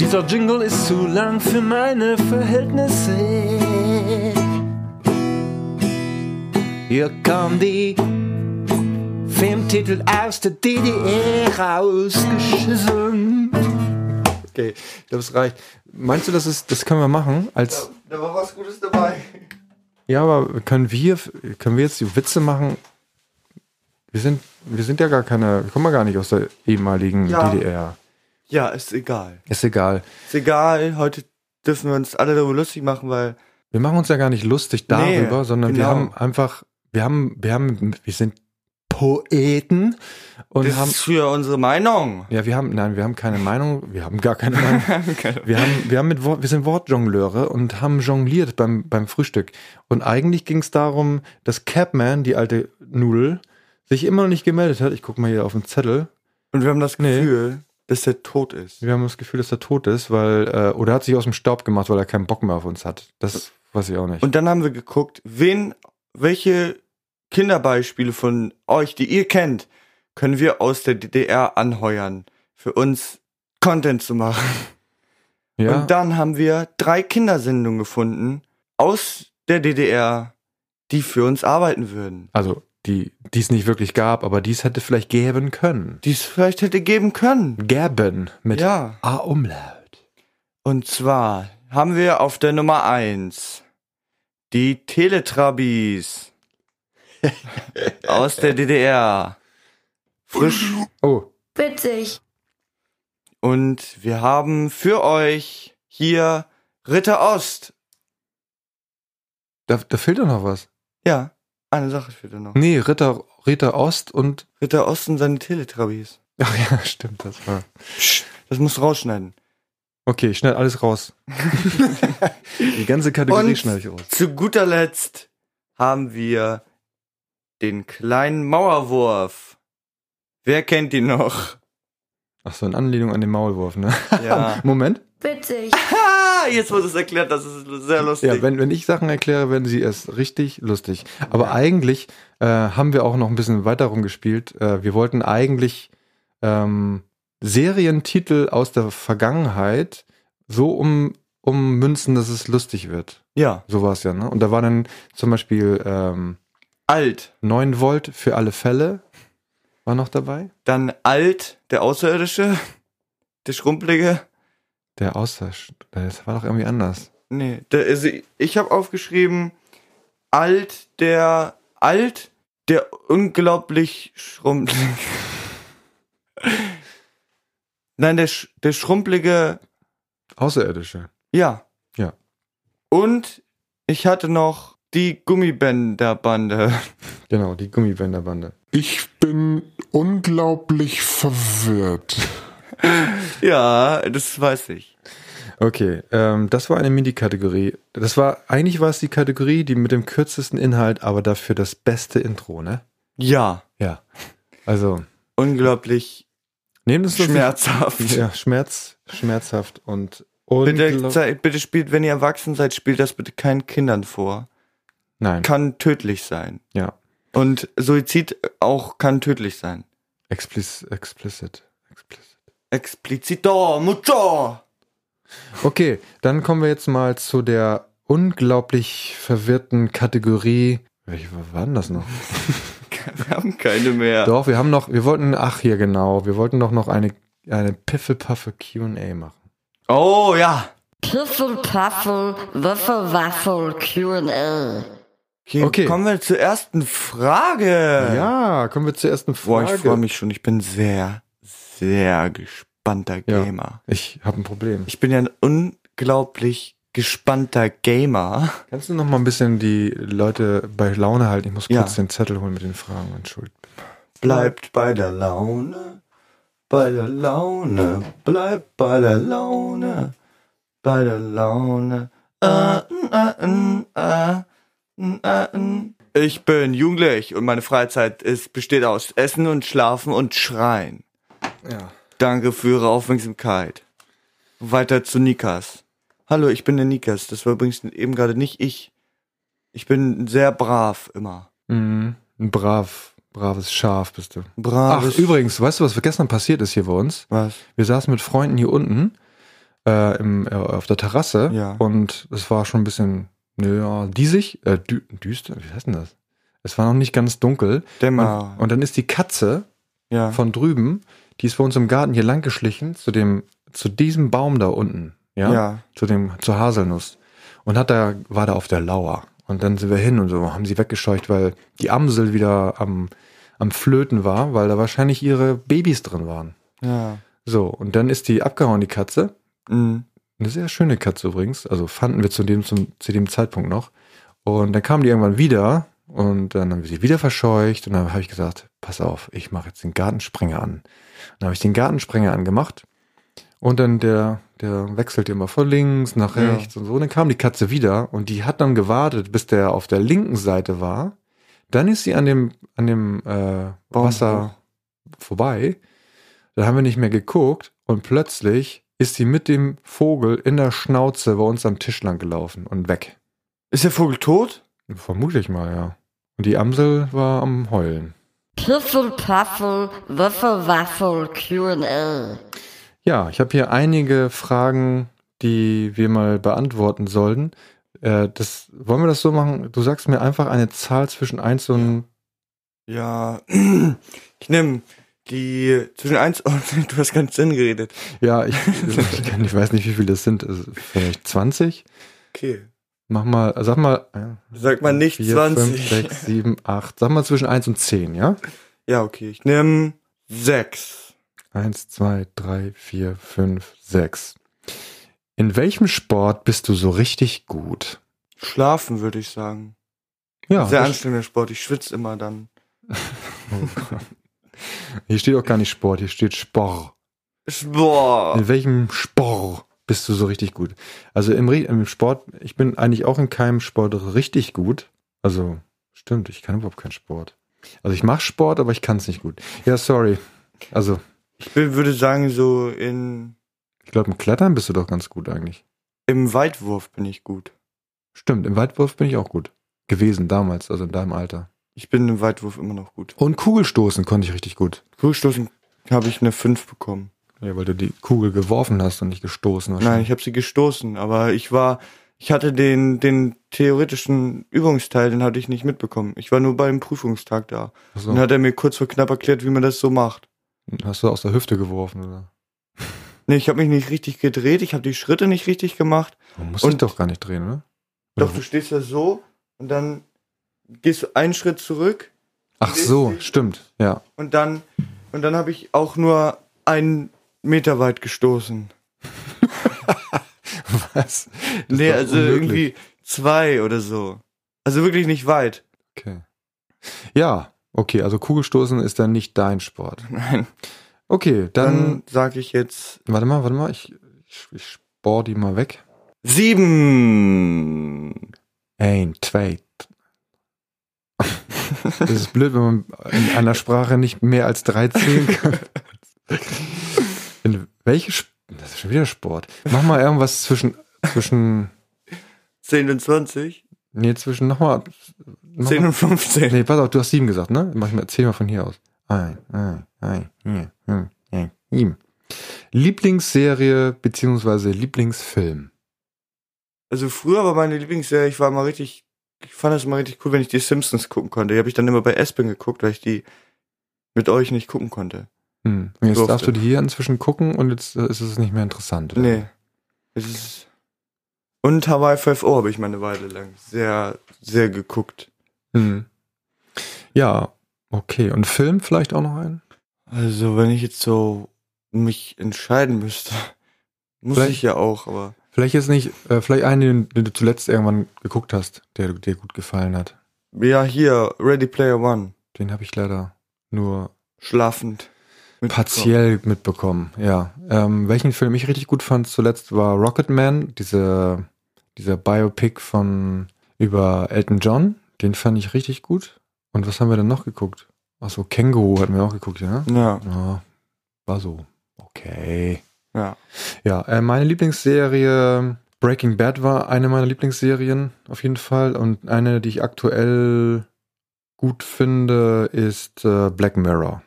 A: Dieser Jingle ist zu lang für meine Verhältnisse. Hier kommen die Filmtitel aus der DDR rausgeschissen. Okay, ich glaube, es reicht. Meinst du, das, ist, das können wir machen als
B: Da war was Gutes dabei.
A: ja, aber können wir, können wir jetzt die Witze machen? Wir sind, wir sind ja gar keine, wir kommen ja gar nicht aus der ehemaligen
B: Ja.
A: DDR.
B: Ja, ist egal.
A: Ist egal.
B: Ist egal, heute dürfen wir uns alle darüber lustig machen, weil
A: Wir machen uns ja gar nicht lustig darüber,
B: Nee,
A: sondern wir
B: genau.
A: haben einfach, wir haben, wir haben, wir sind Poeten und
B: das
A: haben,
B: ist früher unsere Meinung.
A: ja, wir haben, nein, wir haben keine Meinung, wir haben gar keine Meinung. Wir haben, wir haben mit Wort, wir sind Wortjongleure und haben jongliert beim, beim Frühstück. Und eigentlich ging es darum, dass Capman, die alte Nudel, sich immer noch nicht gemeldet hat. Ich guck mal hier auf den Zettel.
B: Und wir haben das
A: Nee.
B: Gefühl, dass der tot ist.
A: Wir haben das Gefühl, dass er tot ist, weil, äh, oder hat sich aus dem Staub gemacht, weil er keinen Bock mehr auf uns hat. Das weiß ich auch nicht.
B: Und dann haben wir geguckt, wen, welche Kinderbeispiele von euch, die ihr kennt, können wir aus der DDR anheuern, für uns Content zu machen.
A: ja,
B: Und dann haben wir drei Kindersendungen gefunden aus der DDR, die für uns arbeiten würden.
A: also, die, die es nicht wirklich gab, aber die es hätte vielleicht geben können.
B: Die es vielleicht hätte geben können.
A: Gäben mit
B: Ja.
A: A-Umlaut.
B: Und zwar haben wir auf der Nummer eins die Teletrabis aus der DDR. Frisch.
A: Oh,
C: Witzig.
B: Und wir haben für euch hier Ritter Ost.
A: da, da fehlt doch noch was.
B: Ja, eine Sache fehlt da noch.
A: Nee, Ritter, Ritter Ost und,
B: Ritter Ost und seine Teletrabis.
A: ach ja, stimmt, das war.
B: Psst, Das musst du rausschneiden.
A: Okay, schnell alles raus. Die ganze Kategorie
B: Und
A: schneide ich raus.
B: zu guter Letzt haben wir den kleinen Mauerwurf. Wer kennt ihn noch?
A: Ach so, in Anlehnung an den Maulwurf, ne?
B: Ja.
A: Moment.
C: Witzig.
B: Ha, Ah, jetzt wurde es erklärt, das ist sehr lustig.
A: Ja, wenn, wenn ich Sachen erkläre, werden sie erst richtig lustig. Aber eigentlich äh, haben wir auch noch ein bisschen weiter rumgespielt. Äh, wir wollten eigentlich ähm, Serientitel aus der Vergangenheit so um, ummünzen, dass es lustig wird.
B: ja.
A: So war es ja, ne? Und da war dann zum Beispiel ähm,
B: Alt.
A: 9 Volt für alle Fälle war noch dabei.
B: Dann Alt, der Außerirdische, der Schrumpelige.
A: Der Austausch, das war doch irgendwie anders.
B: Nee, der, also ich habe aufgeschrieben, alt, der, alt, der unglaublich schrumpelige. Nein, der, Sch- der schrumpelige,
A: Außerirdische.
B: ja.
A: Ja.
B: Und ich hatte noch die Gummibänderbande.
A: Genau, die Gummibänderbande.
D: Ich bin unglaublich verwirrt.
B: ja, das weiß ich.
A: Okay, ähm, das war eine Mini-Kategorie. Das war, eigentlich war es die Kategorie, die mit dem kürzesten Inhalt, aber dafür das beste Intro, ne?
B: Ja,
A: Ja. Also,
B: unglaublich
A: nehmt es uns
B: schmerzhaft.
A: Nicht, ja, Schmerz, schmerzhaft und, und
B: Bitte, zei- bitte spielt, wenn ihr erwachsen seid, spielt das bitte keinen Kindern vor.
A: nein,
B: Kann tödlich sein.
A: ja,
B: Und Suizid auch kann tödlich sein.
A: explicit, explicit, explicit.
B: Explicitor, mucho!
A: Okay, dann kommen wir jetzt mal zu der unglaublich verwirrten Kategorie. Welche war denn das noch?
B: Wir haben keine mehr.
A: Doch, wir haben noch, wir wollten, ach hier genau, wir wollten doch noch eine, eine Piffelpaffe Q&A machen.
B: Oh ja.
C: Piffel, Paffel, Waffel, Waffel, Q&A.
B: Okay,
A: Okay.
B: Kommen wir zur ersten Frage.
A: Ja, kommen wir zur ersten
B: Äh. Boah,
A: Frage.
B: ich freue mich schon. Ich bin sehr, sehr gespannter
A: Ja.
B: Gamer.
A: Ich habe ein Problem.
B: Ich bin ja ein unglaublich gespannter Gamer.
A: Kannst du noch mal ein bisschen die Leute bei Laune halten? Ich muss
B: Ja.
A: kurz den Zettel holen mit den Fragen. Entschuldigt.
B: Bleibt bei der Laune. Bei der Laune. Bleibt bei der Laune. Bei der Laune. Äh, n, äh, n, äh, n, äh, n. Ich bin jugendlich und meine Freizeit ist, besteht aus Essen und Schlafen und Schreien.
A: Ja.
B: Danke für Ihre Aufmerksamkeit. Weiter zu Nikas. Hallo, ich bin der Nikas. Das war übrigens eben gerade nicht ich. Ich bin sehr brav immer.
A: Mhm. Ein brav, braves Schaf bist du. Ach,
B: Brav.
A: übrigens, weißt du, was gestern passiert ist hier bei uns?
B: Was?
A: Wir saßen mit Freunden hier unten äh, im, äh, auf der Terrasse
B: Ja.
A: und es war schon ein bisschen ja, diesig, äh, dü düster, wie heißt denn das? Es war noch nicht ganz dunkel.
B: Dämmer.
A: Und, und dann ist die Katze
B: ja.
A: von drüben, die ist bei uns im Garten hier lang geschlichen zu dem, zu diesem Baum da unten, ja,
B: Ja.
A: zu dem, zur Haselnuss und hat da, war da auf der Lauer und dann sind wir hin und so, haben sie weggescheucht, weil die Amsel wieder am, am Flöten war, weil da wahrscheinlich ihre Babys drin waren.
B: Ja.
A: So, und dann ist die abgehauen, die Katze.
B: Mhm.
A: Eine sehr schöne Katze übrigens, also fanden wir zu dem, zum, zu dem Zeitpunkt noch. Und dann kam die irgendwann wieder und dann haben wir sie wieder verscheucht und dann habe ich gesagt, pass auf, ich mache jetzt den Gartensprenger an. Dann habe ich den Gartensprenger angemacht und dann der, der wechselte immer von links nach
B: Ja.
A: rechts und so. Und dann kam die Katze wieder und die hat dann gewartet, bis der auf der linken Seite war. Dann ist sie an dem, an dem äh, Wasser vorbei. Dann haben wir nicht mehr geguckt und plötzlich ist sie mit dem Vogel in der Schnauze bei uns am Tisch lang gelaufen und weg.
B: Ist der Vogel tot?
A: Vermutlich mal, ja. Und die Amsel war am Heulen.
C: Piffel, Paffel, Waffel, Waffel, Q&A.
A: Ja, ich habe hier einige Fragen, die wir mal beantworten sollten. Äh, das, wollen wir das so machen? Du sagst mir einfach eine Zahl zwischen 1 und.
B: Ja. Ich nehme die zwischen 1 und du hast ganz Sinn geredet.
A: Ja, ich, ich, kann, ich weiß nicht, wie viele das sind. Also vielleicht 20?
B: Okay.
A: Mach mal, sag mal. ja,
B: Sag mal nicht 20.
A: 6, 7, 8. Sag mal zwischen 1 und 10, ja?
B: Ja, okay. Ich nehme 6.
A: 1, 2, 3, 4, 5, 6. In welchem Sport bist du so richtig gut?
B: Schlafen, würde ich sagen.
A: Ja,
B: Sehr
A: das-
B: anstrengender Sport. Ich schwitze immer dann.
A: Oh Gott. hier steht auch gar nicht Sport, hier steht Sport.
B: Boah.
A: In welchem Sport bist du so richtig gut. Also im, Ri- im Sport, ich bin eigentlich auch in keinem Sport richtig gut. Also stimmt, ich kann überhaupt keinen Sport. Also ich mache Sport, aber ich kann es nicht gut. Ja, sorry. Also
B: Ich bin, würde sagen, so in,
A: ich glaube, im Klettern bist du doch ganz gut eigentlich.
B: im Weitwurf bin ich gut.
A: Stimmt, im Weitwurf bin ich auch gut gewesen damals, also in deinem Alter.
B: Ich bin im Weitwurf immer noch gut.
A: Und Kugelstoßen konnte ich richtig gut.
B: Kugelstoßen habe ich eine 5 bekommen.
A: Ja, weil du die Kugel geworfen hast und nicht gestoßen
B: Nein, ich habe sie gestoßen, aber ich war, ich hatte den, den theoretischen Übungsteil, den hatte ich nicht mitbekommen. Ich war nur beim Prüfungstag da.
A: Nein,
B: Dann hat er mir kurz vor knapp erklärt, wie man das so macht.
A: Hast du aus der Hüfte geworfen, oder?
B: Nee, ich habe mich nicht richtig gedreht, ich habe die Schritte nicht richtig gemacht.
A: Man muss
B: Und-
A: dich doch gar nicht drehen, oder?
B: Doch,
A: Mhm.
B: du stehst ja so und dann gehst du einen Schritt zurück
A: Ach so, stimmt. Ja.
B: und dann, und dann habe ich auch nur einen Meter weit gestoßen.
A: Was? Das
B: Nee,
A: ist doch
B: also
A: unmöglich.
B: irgendwie zwei oder so. Also wirklich nicht weit.
A: Okay. Ja, okay, also Kugelstoßen ist dann nicht dein Sport.
B: Nein.
A: Okay, dann.
B: Dann sage ich jetzt
A: warte mal, warte mal, ich, ich, ich spor die mal weg.
B: sieben.
A: Ein, zwei. Das ist blöd, wenn man in einer Sprache nicht mehr als drei zählen kann. In welche Sp Das ist schon wieder Sport. Mach mal irgendwas zwischen. zwischen
B: Zehn und zwanzig.
A: nee, zwischen nochmal. Noch
B: Zehn
A: mal-
B: und fünfzehn.
A: nee, pass auf, du hast sieben gesagt, ne? Mach ich mal, zähl mal von hier aus. Ein, ein, ein, hier, hm, ein, ihm. Lieblingsserie beziehungsweise Lieblingsfilm.
B: Also früher war meine Lieblingsserie, ich war mal richtig, ich fand das mal richtig cool, wenn ich die Simpsons gucken konnte. Die habe ich dann immer bei Espen geguckt, weil ich die mit euch nicht gucken konnte.
A: Hm. Und jetzt
B: Durfte.
A: darfst du die hier inzwischen gucken und jetzt äh, ist es nicht mehr interessant. oder?
B: Nee. Es ist und Hawaii 5O habe ich meine Weile lang sehr, sehr geguckt.
A: Hm. Ja, okay. Und Film vielleicht auch noch einen?
B: Also wenn ich jetzt so mich entscheiden müsste, muss
A: Vielleicht-
B: ich ja auch, aber
A: Vielleicht jetzt nicht, äh, vielleicht einen, den, den du zuletzt irgendwann geguckt hast, der dir gut gefallen hat.
B: ja hier, Ready Player One,
A: Den habe ich leider nur
B: schlafend. mitbekommen.
A: partiell mitbekommen. Ja. Ähm, welchen Film ich richtig gut fand zuletzt war Rocketman, diese, dieser Biopic von über Elton John. Den fand ich richtig gut. Und was haben wir denn noch geguckt? Achso, Känguru hatten wir auch geguckt, ja?
B: Ja,
A: Ja, war so. Okay.
B: ja.
A: Ja, äh, meine Lieblingsserie Breaking Bad war eine meiner Lieblingsserien auf jeden Fall und eine, die ich aktuell gut finde, ist äh, Black Mirror.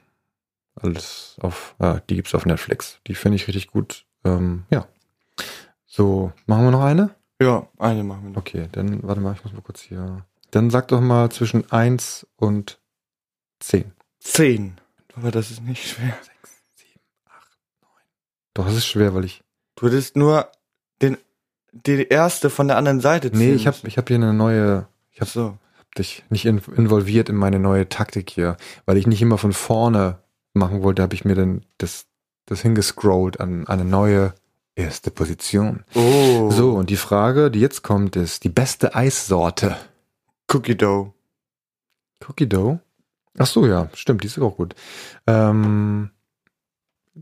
A: Alles auf, äh, die gibt's auf Netflix. Die finde ich richtig gut. Ähm, ja. So, machen wir noch eine?
B: Ja, eine machen wir noch.
A: Okay, dann warte mal, ich muss mal kurz hier. Dann sag doch mal zwischen 1 und 10.
B: Zehn. Aber das ist nicht schwer.
A: 6, 7, 8, 9. Doch, das ist schwer, weil ich
B: Du hättest nur den, die erste von der anderen Seite
A: Nee,
B: ziehen
A: ich habe
B: müssen.
A: ich hab hier eine neue ich hab-
B: so.
A: dich nicht in, involviert in meine neue Taktik hier, weil ich nicht immer von vorne machen wollte, habe ich mir dann das, das hingescrollt an eine neue erste Position.
B: Oh.
A: So, und die Frage, die jetzt kommt, ist die beste Eissorte.
B: Cookie Dough.
A: Cookie Dough? Ach so, ja, stimmt, die ist auch gut. Ähm,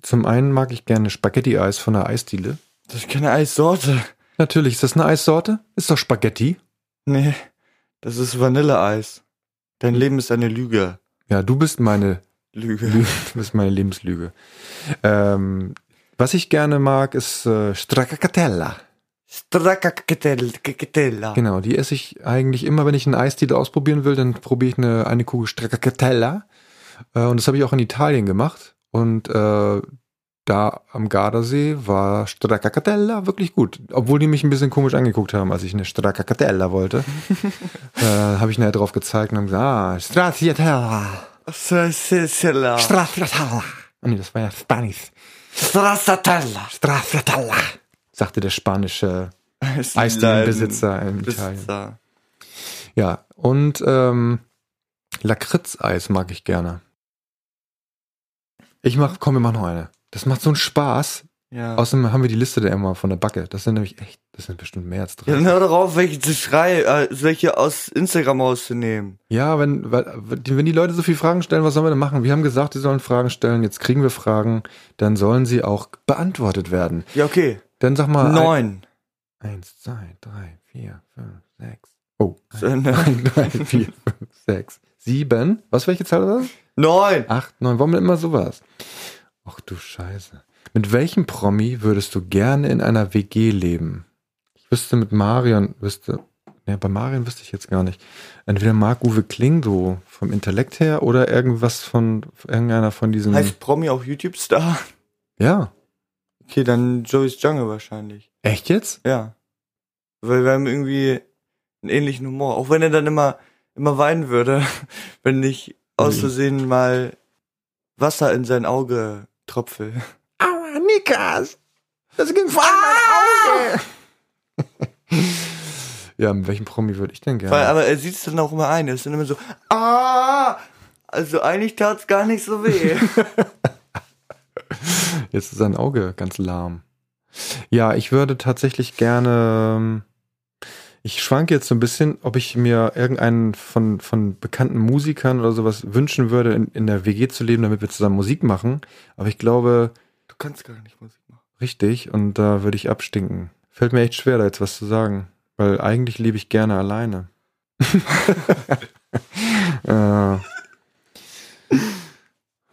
A: zum einen mag ich gerne Spaghetti-Eis von der Eisdiele.
B: Das ist keine Eissorte.
A: Natürlich, ist das eine Eissorte? Ist doch Spaghetti.
B: Nee, das ist Vanilleeis. Dein Leben ist eine Lüge.
A: Ja, du bist meine
B: Lüge.
A: Lüge. Das ist meine Lebenslüge. Ähm, was ich gerne mag, ist äh, Stracciatella.
B: Stracciatella.
A: Genau, die esse ich eigentlich immer, wenn ich einen Eisdiele ausprobieren will, dann probiere ich eine, eine Kugel Stracciatella. Äh, und das habe ich auch in Italien gemacht. Und äh, da am Gardasee war Stracciatella wirklich gut. Obwohl die mich ein bisschen komisch angeguckt haben, als ich eine Stracciatella wollte. äh, habe ich nachher drauf gezeigt und haben gesagt, ah, Stracciatella,
B: Stracciatella.
A: Stracciatella. Oh nee, das war ja Spanisch.
B: Stracciatella.
A: Strafratalla, sagte der spanische Eisdielenbesitzer in Italien.
B: Besitzer.
A: Ja, und ähm, Lakritzeis mag ich gerne. Ich mach, komm, wir machen noch eine. Das macht so einen Spaß.
B: Ja.
A: Außerdem haben wir die Liste da immer von der Backe. Das sind nämlich echt, das sind bestimmt mehr als
B: ja, ne?
A: drei.
B: dann hör doch auf, welche zu schreien, äh, welche aus Instagram auszunehmen.
A: Ja, wenn, weil- wenn die Leute so viele Fragen stellen, was sollen wir denn machen? Wir haben gesagt, sie sollen Fragen stellen, jetzt kriegen wir Fragen, dann sollen sie auch beantwortet werden.
B: Ja, okay.
A: Dann sag mal.
B: Neun.
A: Ein, eins, zwei, drei, vier, fünf, sechs. Oh.
B: So, ne?
A: Ein, drei, vier, fünf, sechs, sieben. Was, welche Zahl war das?
B: Neun.
A: Acht, neun. Warum denn immer sowas? Ach du Scheiße. Mit welchem Promi würdest du gerne in einer WG leben? Ich wüsste mit Marion, wüsste. Ja, bei Marion wüsste ich jetzt gar nicht. Entweder Marc-Uwe Kling so vom Intellekt her oder irgendwas von irgendeiner von diesen.
B: Heißt Promi auch YouTube-Star?
A: ja.
B: Okay, dann Joey's Jungle wahrscheinlich.
A: Echt jetzt?
B: Ja. Weil wir haben irgendwie einen ähnlichen Humor. Auch wenn er dann immer, immer weinen würde, wenn ich aus
A: Mhm.
B: Versehen mal Wasser in sein Auge tropfe.
A: Aua, Nikas! Das ging vor allem mein Auge! Ah! ja, mit welchem Promi würde ich denn gerne?
B: Weil, aber er sieht es dann auch immer ein. Er ist dann immer so, ah! Also eigentlich tat's gar nicht so weh.
A: Jetzt ist sein Auge ganz lahm. Ja, ich würde tatsächlich gerne. ähm, Ich schwanke jetzt so ein bisschen, ob ich mir irgendeinen von, von bekannten Musikern oder sowas wünschen würde, in, in der WG zu leben, damit wir zusammen Musik machen. Aber ich glaube,
B: du kannst gar nicht Musik machen.
A: richtig, und da würde ich abstinken. Fällt mir echt schwer, da jetzt was zu sagen. Weil eigentlich lebe ich gerne alleine. äh,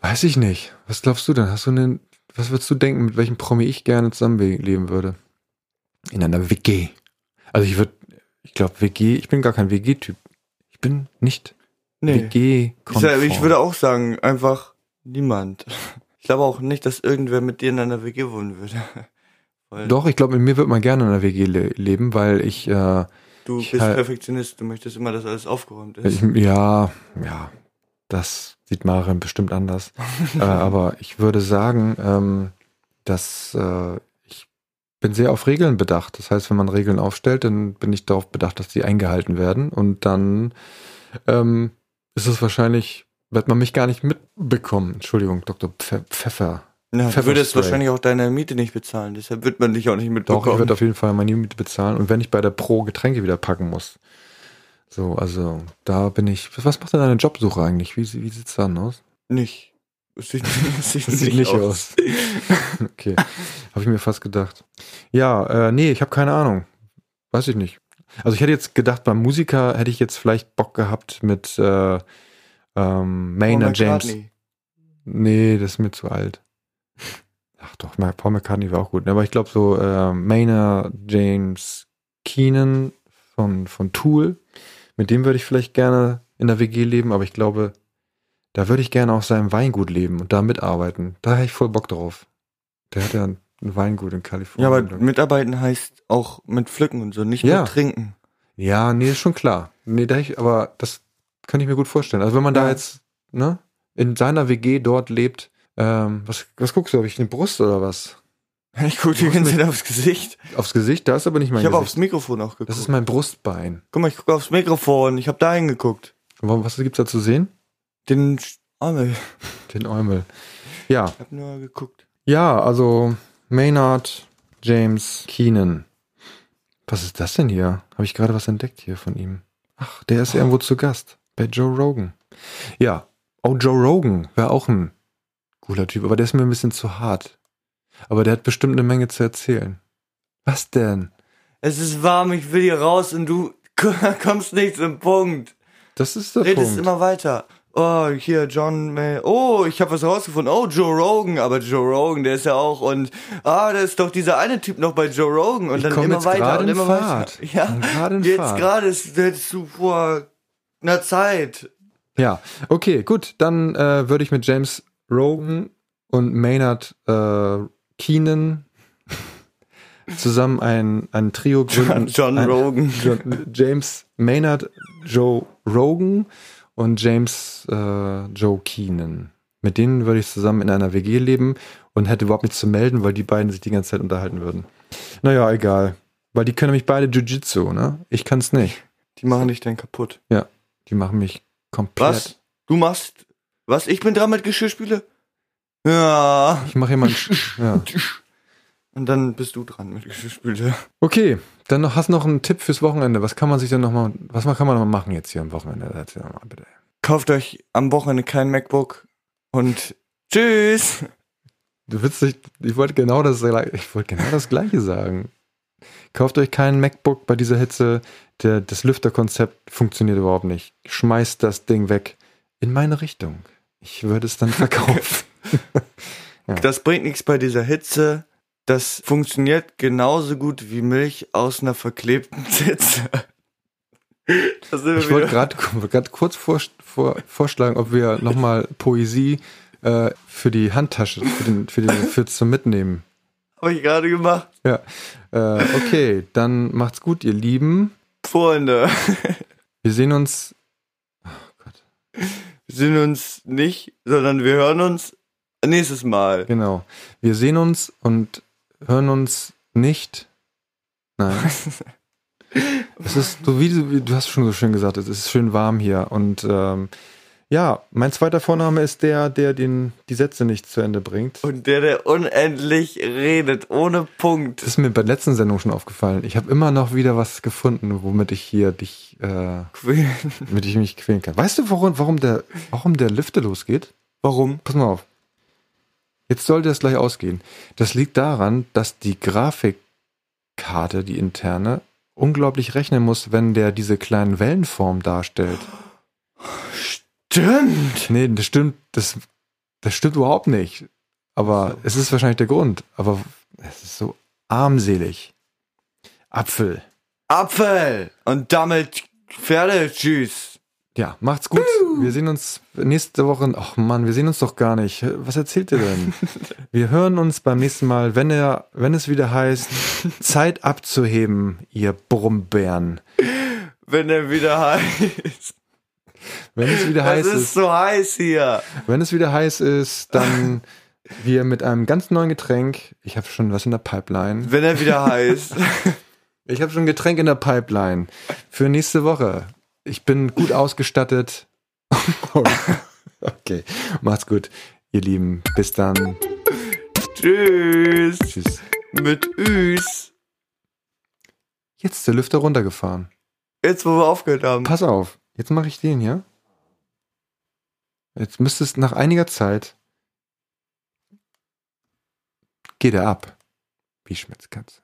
A: weiß ich nicht. Was glaubst du denn? Hast du einen, was würdest du denken, mit welchem Promi ich gerne zusammenleben würde? In einer WG. Also ich würde, ich glaube, WG, ich bin gar kein WG-Typ. Ich bin nicht
B: Nee.
A: wg
B: Ich, sag, ich würde auch sagen, einfach niemand. Ich glaube auch nicht, dass irgendwer mit dir in einer WG wohnen würde. Weil
A: Doch, ich glaube, mit mir wird man gerne in einer WG le leben, weil ich äh,
B: Du
A: Ich
B: bist
A: halt-
B: Perfektionist, du möchtest immer, dass alles aufgeräumt ist.
A: Ich, ja, ja, das sieht Maren bestimmt anders. äh, aber ich würde sagen, ähm, dass äh, ich bin sehr auf Regeln bedacht. Das heißt, wenn man Regeln aufstellt, dann bin ich darauf bedacht, dass die eingehalten werden. Und dann ähm, ist es wahrscheinlich, wird man mich gar nicht mitbekommen. Entschuldigung, Dr. Pfe- Pfeffer.
B: Ja, du
A: Pfefferspray.
B: würdest wahrscheinlich auch deine Miete nicht bezahlen, deshalb wird man dich auch nicht
A: Doch, ich
B: mitbekommen.
A: würde auf jeden Fall meine Miete bezahlen. Und wenn ich bei der Pro Getränke wieder packen muss. So, also da bin ich. Was macht denn deine Jobsuche eigentlich? Wie, sie- wie sieht's dann aus?
B: nicht. Es sieht, es sieht,
A: Das sieht nicht aus. okay. Habe ich mir fast gedacht. Ja, äh, nee, ich habe keine Ahnung. Weiß ich nicht. Also ich hätte jetzt gedacht, beim Musiker hätte ich jetzt vielleicht Bock gehabt mit äh, ähm,
B: Paul
A: Maynard James.
B: McCartney.
A: Nee, das ist mir zu alt. Ach doch, Ma- Paul McCartney war auch gut. Aber ich glaube so äh, Maynard James Keenan von, von Tool, mit dem würde ich vielleicht gerne in der WG leben, aber ich glaube, da würde ich gerne auf seinem Weingut leben und da mitarbeiten. Da hätte ich voll Bock drauf. Der hat ja ein Weingut in
B: Ja, aber
A: Kalifornien.
B: mitarbeiten heißt auch mit pflücken und so, nicht
A: Ja.
B: nur trinken.
A: ja, nee, ist schon klar. Nee, da hätte ich, aber das kann ich mir gut vorstellen. Also wenn man da
B: Ja.
A: jetzt, ne, in seiner WG dort lebt, ähm, was, was guckst du, habe ich eine Brust oder was?
B: Ich gucke die ganze Zeit aufs Gesicht.
A: Aufs Gesicht, da ist aber nicht mein
B: ich habe aufs
A: Gesicht.
B: Mikrofon auch geguckt.
A: Das ist mein Brustbein.
B: Guck mal, ich gucke aufs Mikrofon, ich habe da hingeguckt.
A: Warum- Was gibt's da zu sehen?
B: Den Sch- Ärmel. Ich
A: Den Eumel. Ja,
B: habe nur geguckt.
A: ja, also Maynard James Keenan. Was ist das denn hier? Habe ich gerade was entdeckt hier von ihm? Ach, der ist irgendwo zu Gast bei Joe Rogan. Ja, oh Joe Rogan wäre auch ein cooler Typ, aber der ist mir ein bisschen zu hart. Aber der hat bestimmt eine Menge zu erzählen. Was denn?
B: Es ist warm, ich will hier raus und du kommst nicht zum Punkt.
A: Das ist der
B: redest
A: Punkt.
B: immer weiter. Oh, hier John May. Oh, ich habe was rausgefunden. Oh, Joe Rogan, aber Joe Rogan, der ist ja auch und ah, da ist doch dieser eine Typ noch bei Joe Rogan und
A: Ich
B: dann
A: komm
B: immer
A: jetzt
B: weiter
A: gerade
B: und
A: in
B: immer
A: Fahrt.
B: weiter. Ja,
A: Komm gerade in
B: jetzt
A: Fahrt.
B: gerade ist- hättest du vor einer Zeit.
A: Ja, okay, gut. Dann äh, würde ich mit James Rogan und Maynard äh, Keenan zusammen ein, ein Trio gründen.
B: John
A: ein,
B: Rogan.
A: John, James Maynard, Joe Rogan und James äh, Joe Keenan. Mit denen würde ich zusammen in einer WG leben und hätte überhaupt nichts zu melden, weil die beiden sich die ganze Zeit unterhalten würden. Naja, egal. Weil die können nämlich beide Jiu-Jitsu, ne? Ich kann's nicht.
B: Die machen dich dann kaputt.
A: Die machen mich komplett.
B: Was? Du machst was? Ich bin dran mit Geschirrspüle? Ja.
A: Ich mache jemanden. ja.
B: Und dann bist du dran mit Geschirrspüle.
A: Okay, dann noch, hast du noch einen Tipp fürs Wochenende. Was kann man sich denn nochmal, was kann man noch mal machen jetzt hier am Wochenende? Erzähl doch mal bitte.
B: Kauft euch am Wochenende kein MacBook und tschüss.
A: Witzig, ich wollte genau das, ich wollte genau das Gleiche sagen. Kauft euch keinen MacBook bei dieser Hitze. Der, das Lüfterkonzept funktioniert überhaupt nicht. Schmeißt das Ding weg in meine Richtung. Ich würde es dann verkaufen.
B: Das bringt nichts bei dieser Hitze. Das funktioniert genauso gut wie Milch aus einer verklebten Zitze. Das sind wir
A: ich wollte
B: wieder-
A: gerade gerade kurz vor, vor, vorschlagen, ob wir nochmal Poesie äh, für die Handtasche, für den, für den für zum Mitnehmen
B: Hab ich gerade gemacht.
A: Ja, äh, okay, dann macht's gut, ihr Lieben.
B: Freunde,
A: Wir sehen uns.
B: wir sind uns nicht, sondern wir hören uns nächstes Mal.
A: Genau. Wir sehen uns und hören uns nicht. Nein. es ist so wie du, wie- du hast schon so schön gesagt, es ist schön warm hier. Und ähm, ja, mein zweiter Vorname ist der, der den, die Sätze nicht zu Ende bringt.
B: Und der, der unendlich redet, ohne Punkt.
A: Das ist mir bei der letzten Sendung schon aufgefallen. Ich habe immer noch wieder was gefunden, womit ich hier dich, äh, damit ich mich quälen kann. Weißt du, warum, warum der, warum der Lüfter losgeht?
B: Warum?
A: pass mal auf. Jetzt sollte das gleich ausgehen. Das liegt daran, dass die Grafikkarte, die interne, unglaublich rechnen muss, wenn der diese kleinen Wellenformen darstellt.
B: Stimmt.
A: Nee, das stimmt, das, das stimmt überhaupt nicht. Aber es ist wahrscheinlich der Grund. Aber es ist so armselig. Apfel.
B: Apfel. Und damit fertig. Tschüss.
A: Ja, macht's gut. Wir sehen uns nächste Woche. Ach Mann, wir sehen uns doch gar nicht. Was erzählt ihr denn? wir hören uns beim nächsten Mal, wenn er, wenn es wieder heißt, Zeit abzuheben, ihr Brummbären.
B: Wenn er wieder heiß.
A: Wenn es wieder heiß
B: Es
A: ist,
B: ist so heiß hier.
A: wenn es wieder heiß ist, dann wir mit einem ganz neuen Getränk. Ich habe schon was in der Pipeline.
B: Wenn er wieder heiß.
A: Ich habe schon ein Getränk in der Pipeline für nächste Woche. Ich bin gut ausgestattet. okay, macht's gut, ihr Lieben. Bis dann.
B: Tschüss.
A: Tschüss.
B: Mit Üs.
A: Jetzt ist der Lüfter runtergefahren.
B: Jetzt, wo wir aufgehört haben.
A: Pass auf, jetzt mache ich den hier. Jetzt müsste es nach einiger Zeit. Geht er ab. Wie Schmitzkatze.